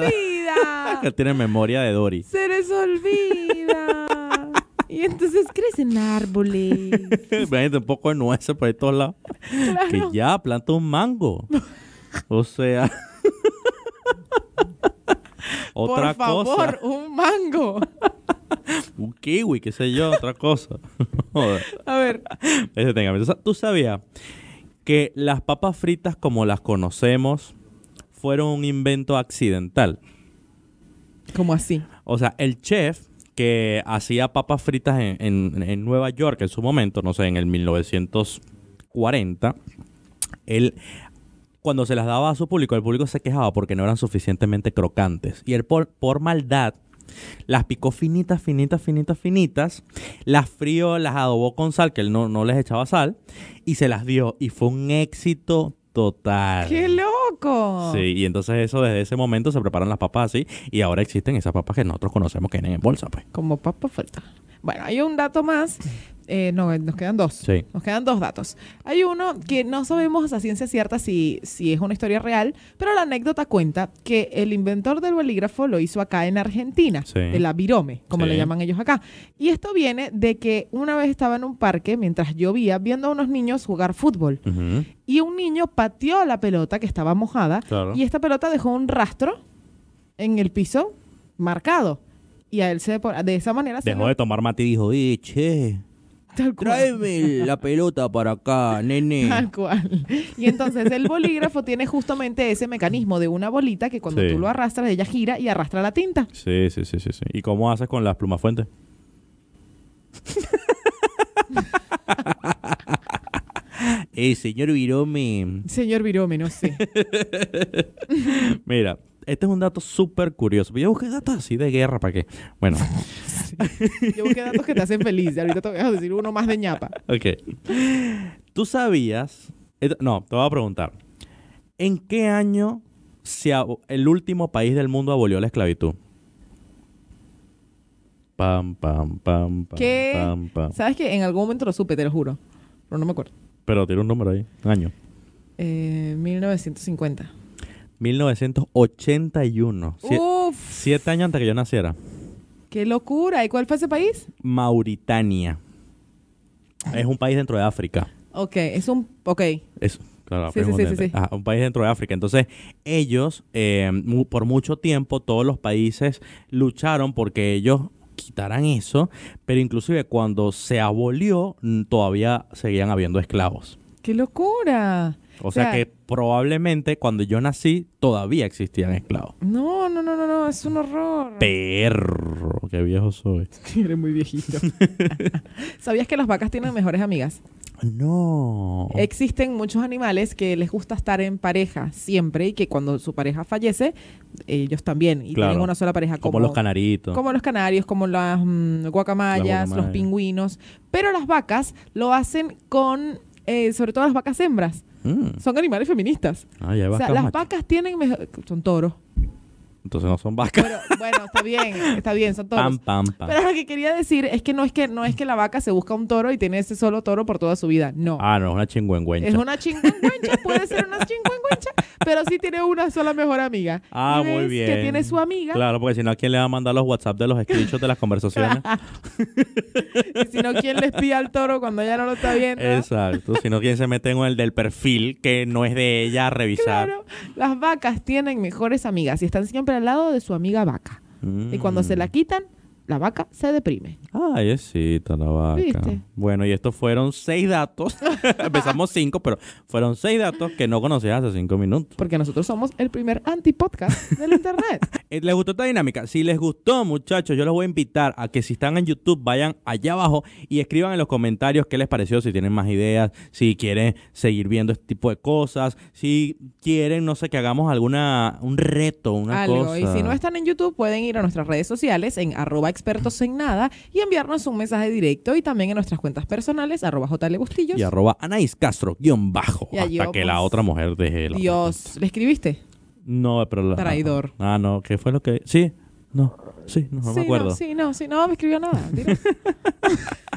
S2: olvida.
S1: Que tiene memoria de Dory.
S2: se les olvida. y entonces crecen árboles.
S1: Imagínate un poco de nueces por ahí todos lados. Que
S2: Claro.
S1: ya, planta un mango. O sea. otra
S2: Por favor,
S1: cosa.
S2: un mango.
S1: Un kiwi, qué sé yo, otra cosa. Joder.
S2: A ver,
S1: Ese tenga. O sea, Tú sabías que las papas fritas como las conocemos fueron un invento accidental.
S2: ¿cómo así?
S1: O sea, el chef que hacía papas fritas en, en- en Nueva York en su momento, no sé, en el 1940, él cuando se las daba a su público, el público se quejaba porque no eran suficientemente crocantes. Y él por, por maldad las picó finitas, finitas, finitas, finitas, las frió, las adobó con sal, que él no, no les echaba sal, y se las dio. Y fue un éxito total.
S2: ¡Qué loco!
S1: Sí, y entonces eso desde ese momento se preparan las papas así y ahora existen esas papas que nosotros conocemos que vienen en bolsa, pues.
S2: Como papa falta. Bueno, hay un dato más. Eh, no, nos quedan dos.
S1: Sí.
S2: Nos quedan dos datos. Hay uno que no sabemos a ciencia cierta si, si es una historia real, pero la anécdota cuenta que el inventor del bolígrafo lo hizo acá en Argentina,
S1: Sí.
S2: de la virome, como
S1: Sí.
S2: le llaman ellos acá. Y esto viene de que una vez estaba en un parque mientras llovía viendo a unos niños jugar fútbol y un niño pateó la pelota que estaba mojada
S1: Claro.
S2: y esta pelota dejó un rastro en el piso marcado. Y a él se por- de esa manera se
S1: Dejó
S2: le-
S1: de tomar mate y dijo, eh, che,
S2: tal cual.
S1: tráeme la pelota para acá, nene.
S2: Tal cual. Y entonces el bolígrafo tiene justamente ese mecanismo de una bolita que cuando
S1: Sí.
S2: tú lo arrastras, ella gira y arrastra la tinta.
S1: Sí, sí, sí, sí, sí. ¿Y cómo haces con las plumas fuentes? eh, señor Virome.
S2: Señor Virome, no sé.
S1: Mira, este es un dato súper curioso. Yo busqué datos así de guerra, ¿para qué? Bueno,
S2: Yo busqué datos que te hacen feliz. Ahorita te voy a decir uno más de ñapa.
S1: Ok. ¿Tú sabías? esto- No, te voy a preguntar. ¿En qué año se abo- el último país del mundo abolió la esclavitud? Pam, pam, pam, pam.
S2: ¿Qué?
S1: Pam, pam.
S2: ¿Sabes que En algún momento lo supe, te lo juro. Pero no me acuerdo.
S1: Pero tiene un número ahí. Año.
S2: Eh, 1950.
S1: 1981. Sie-
S2: ¡Uf!
S1: Siete años antes que yo naciera.
S2: ¡Qué locura! ¿Y cuál fue ese país?
S1: Mauritania. Es un país dentro de África.
S2: Ok, es un... Ok.
S1: Eso, claro, África
S2: Sí, sí,
S1: es un
S2: sí, sí,
S1: continente.
S2: sí.
S1: Ajá, un país dentro de África. Entonces, ellos, eh, mu- por mucho tiempo, todos los países lucharon porque ellos quitaran eso, pero inclusive cuando se abolió, mm, todavía seguían habiendo esclavos.
S2: ¡Qué locura!
S1: O sea, que probablemente cuando yo nací, todavía existían esclavos.
S2: No, no, no, no, no. Es un horror.
S1: Perro, qué viejo soy.
S2: Eres muy viejito. ¿Sabías que las vacas tienen mejores amigas?
S1: No.
S2: Existen muchos animales que les gusta estar en pareja siempre y que cuando su pareja fallece, ellos también. Y
S1: Claro.
S2: tienen una sola pareja.
S1: Como los canaritos.
S2: Como los canarios, como las mm,
S1: Las
S2: guacamayas, los
S1: guacamayas.
S2: pingüinos. Pero las vacas lo hacen con, eh, sobre todo las vacas hembras.
S1: Mm.
S2: Son animales feministas.
S1: Ah, ya hay
S2: O sea,
S1: vacas
S2: las
S1: machos.
S2: vacas tienen mejor... Son toros.
S1: Entonces no son vacas.
S2: Pero bueno, está bien, está bien, son toros.
S1: Pam, pam, pam.
S2: Pero lo que quería decir es que no es que no es que la vaca se busca un toro y tiene ese solo toro por toda su vida. No.
S1: Ah, no, es una chingüengüencha.
S2: Es una chingüengüencha, puede ser una chingüengüencha, pero sí tiene una sola mejor amiga.
S1: Ah,
S2: Y
S1: muy
S2: ves
S1: bien.
S2: Que tiene su amiga.
S1: Claro, porque si no, ¿a quién le va a mandar los WhatsApp de los screenshots de las conversaciones?
S2: Y si no, ¿quién le espía al toro cuando ella no lo está viendo?
S1: Exacto. Si no, ¿quién se mete con el del perfil que no es de ella a revisar?
S2: Claro. Las vacas tienen mejores amigas y están siempre al lado de su amiga vaca. Y cuando se la quitan, la vaca se deprime.
S1: Mm. Ay, esita la vaca.
S2: ¿Viste?
S1: Bueno, y estos fueron seis datos. Empezamos cinco, pero fueron seis datos que no conocías hace cinco minutos.
S2: Porque nosotros somos el primer anti-podcast del internet.
S1: Eh, ¿Les gustó esta dinámica? Si les gustó, muchachos, yo los voy a invitar a que si están en YouTube, vayan allá abajo y escriban en los comentarios qué les pareció, si tienen más ideas, si quieren seguir viendo este tipo de cosas, si quieren, no sé, que hagamos alguna, un reto, una
S2: algo.
S1: cosa.
S2: Y si no están en YouTube, pueden ir a nuestras redes sociales en arroba expertos en nada y enviarnos un mensaje directo y también en nuestras cuentas personales, arroba jlegustillos.
S1: Y arroba Anaís Castro, guión bajo.
S2: Ya
S1: hasta
S2: llevamos-
S1: que la otra mujer deje la
S2: Dios, ¿le escribiste?
S1: No, pero la-
S2: Traidor.
S1: Ah, no, ¿qué fue lo que.? Sí, no, sí, no, no
S2: sí,
S1: me acuerdo.
S2: No, sí, no, sí, no me escribió nada. Mira.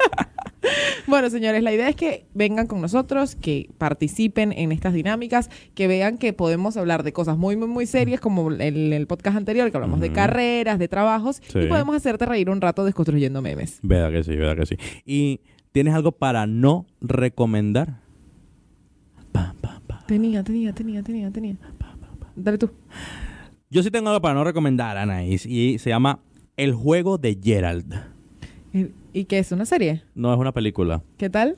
S2: bueno, señores, la idea es que vengan con nosotros, que participen en estas dinámicas, que vean que podemos hablar de cosas muy, muy, muy serias, como en el, podcast anterior, que hablamos de
S1: Ujú.
S2: carreras, de trabajos,
S1: Sí.
S2: y podemos hacerte reír un rato desconstruyendo memes.
S1: Verdad que sí, verdad que sí. ¿Y tienes algo para no recomendar? Pam, pam, pam.
S2: Tenía, tenía, tenía, tenía, tenía. Dale tú.
S1: Yo sí tengo algo para no recomendar, Anaís, y se llama El juego de Gerald.
S2: El- ¿Y qué es? ¿Una serie?
S1: No es una película.
S2: ¿Qué tal?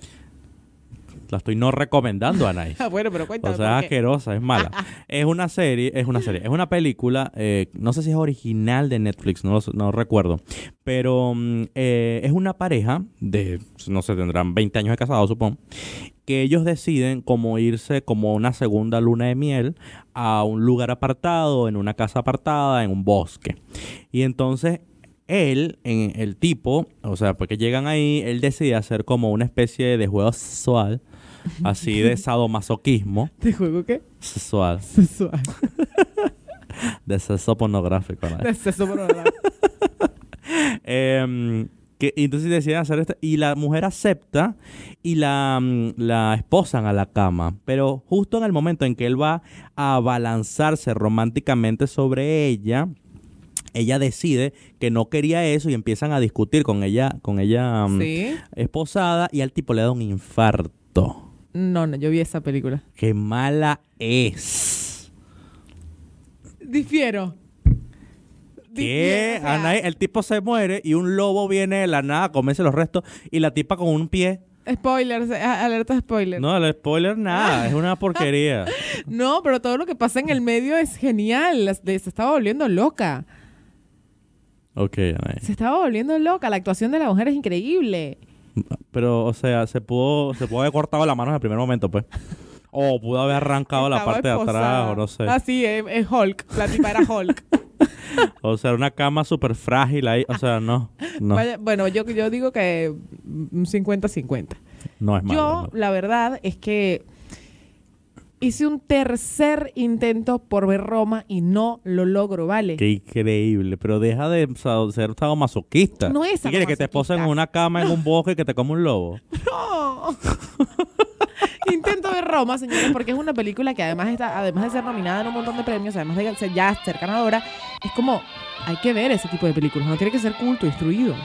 S1: La estoy no recomendando, Anaís.
S2: Ah, bueno, pero
S1: O
S2: cuéntame.
S1: sea, es
S2: ¿por qué?
S1: asquerosa, es mala. es una serie, es una serie, es una película, eh, no sé si es original de Netflix, no, lo sé- no recuerdo, pero mm, eh, es una pareja de, no sé, tendrán 20 años de casados, supongo, que ellos deciden como irse como una segunda luna de miel a un lugar apartado, en una casa apartada, en un bosque. Y entonces él, en el tipo, o sea, porque llegan ahí, él decide hacer como una especie de juego sexual, así de sadomasoquismo
S2: ¿Te juego qué?
S1: sexual,
S2: Sexual.
S1: de sexo pornográfico. ¿no?
S2: Sexo por hablar.
S1: Em, que, y entonces deciden hacer esto y la mujer acepta y la, mm, la esposan a la cama. Pero justo en el momento en que él va a abalanzarse románticamente sobre ella, ella decide que no quería eso y empiezan a discutir con ella, con ella mm,
S2: Sí.
S1: esposada y al tipo le da un infarto.
S2: No, no, yo vi esa película.
S1: ¡Qué mala es!
S2: Difiero.
S1: ¿Qué? eh.
S2: Difiero, o sea,
S1: Anaí, Ah, el tipo se muere y un lobo viene de la nada, comerse los restos y la tipa con un pie.
S2: Spoilers, eh, alerta spoiler. No.
S1: No, el spoiler nada, es una porquería.
S2: pero todo lo que pasa en el medio es genial. Las- de- Se estaba volviendo loca.
S1: Ok, Anaí.
S2: Se estaba volviendo loca. La actuación de la mujer es increíble.
S1: Pero, o sea, se pudo, se pudo haber cortado la mano en el primer momento, pues. O pudo haber arrancado la
S2: Estaba
S1: parte de atrás,
S2: esposada.
S1: o no sé.
S2: Ah, sí, es, es Hulk. La tipa era Hulk.
S1: O sea, una cama súper frágil ahí. O sea, no. No,
S2: Vaya- bueno, yo, yo digo que un 50-50.
S1: no es malo. es
S2: Yo,
S1: malo.
S2: la verdad, es que hice un tercer intento por ver Roma y no lo logro, ¿vale?
S1: Qué increíble. Pero deja de sa- ser sadomasoquista.
S2: No es
S1: ¿Qué quieres que te
S2: sadomasoquista.
S1: posen en una cama en un bosque y que te coma un lobo?
S2: No. Intento ver Roma, señores, porque es una película que además está, además de ser nominada en un montón de premios, además de ser ya ser ganadora, es como hay que ver ese tipo de películas. No tiene que ser culto, instruido.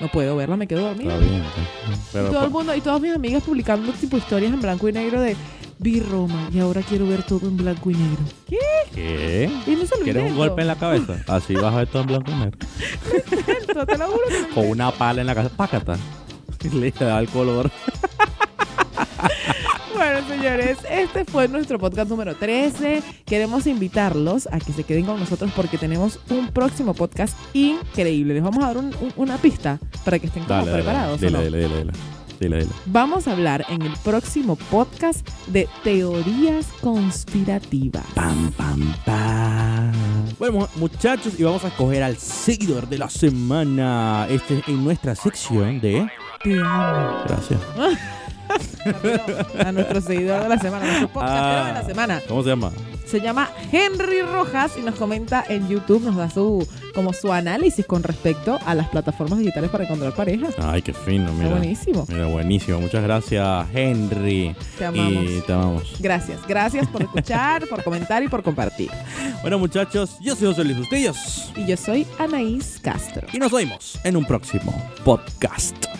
S2: No puedo verla, me quedo dormida.
S1: Está bien. pues.
S2: Y
S1: Pero,
S2: todo el mundo y todas mis amigas publicando tipo historias en blanco y negro de vi Roma y ahora quiero ver todo en blanco y negro. ¿Qué?
S1: ¿Qué?
S2: Y no se lo
S1: ¿Quieres un
S2: invento.
S1: golpe en la cabeza? Así vas a ver todo en blanco y negro.
S2: Esto, te lo juro que lo
S1: Con
S2: invento.
S1: una pala en la cabeza. Pácata. Y Le da el color.
S2: Bueno, señores, este fue nuestro podcast número 13. Queremos invitarlos a que se queden con nosotros porque tenemos un próximo podcast increíble. Les vamos a dar un- un- una pista para que estén como preparados. ¿o
S1: Dile,
S2: no?
S1: dile, dile, dile. Dile, dile.
S2: Vamos a hablar en el próximo podcast de teorías conspirativas.
S1: Pam, pam, pam. Bueno, mu- muchachos, y vamos a escoger al seguidor de la semana. Este en nuestra sección de.
S2: Te amo.
S1: Gracias.
S2: a nuestro seguidor de la semana, nuestro podcastero
S1: Ah.
S2: de la semana.
S1: ¿Cómo se llama?
S2: Se llama Henry Rojas y nos comenta en YouTube, nos da su como su análisis con respecto a las plataformas digitales para encontrar pareja.
S1: Ay, qué fino,
S2: Está
S1: mira.
S2: buenísimo.
S1: Mira, buenísimo. Muchas gracias, Henry.
S2: Te amamos.
S1: Y te amamos.
S2: Gracias, gracias por escuchar, por comentar y por compartir.
S1: Bueno, muchachos, yo soy José Luis Bustillos.
S2: Y yo soy Anaís Castro.
S1: Y nos vemos en un próximo podcast.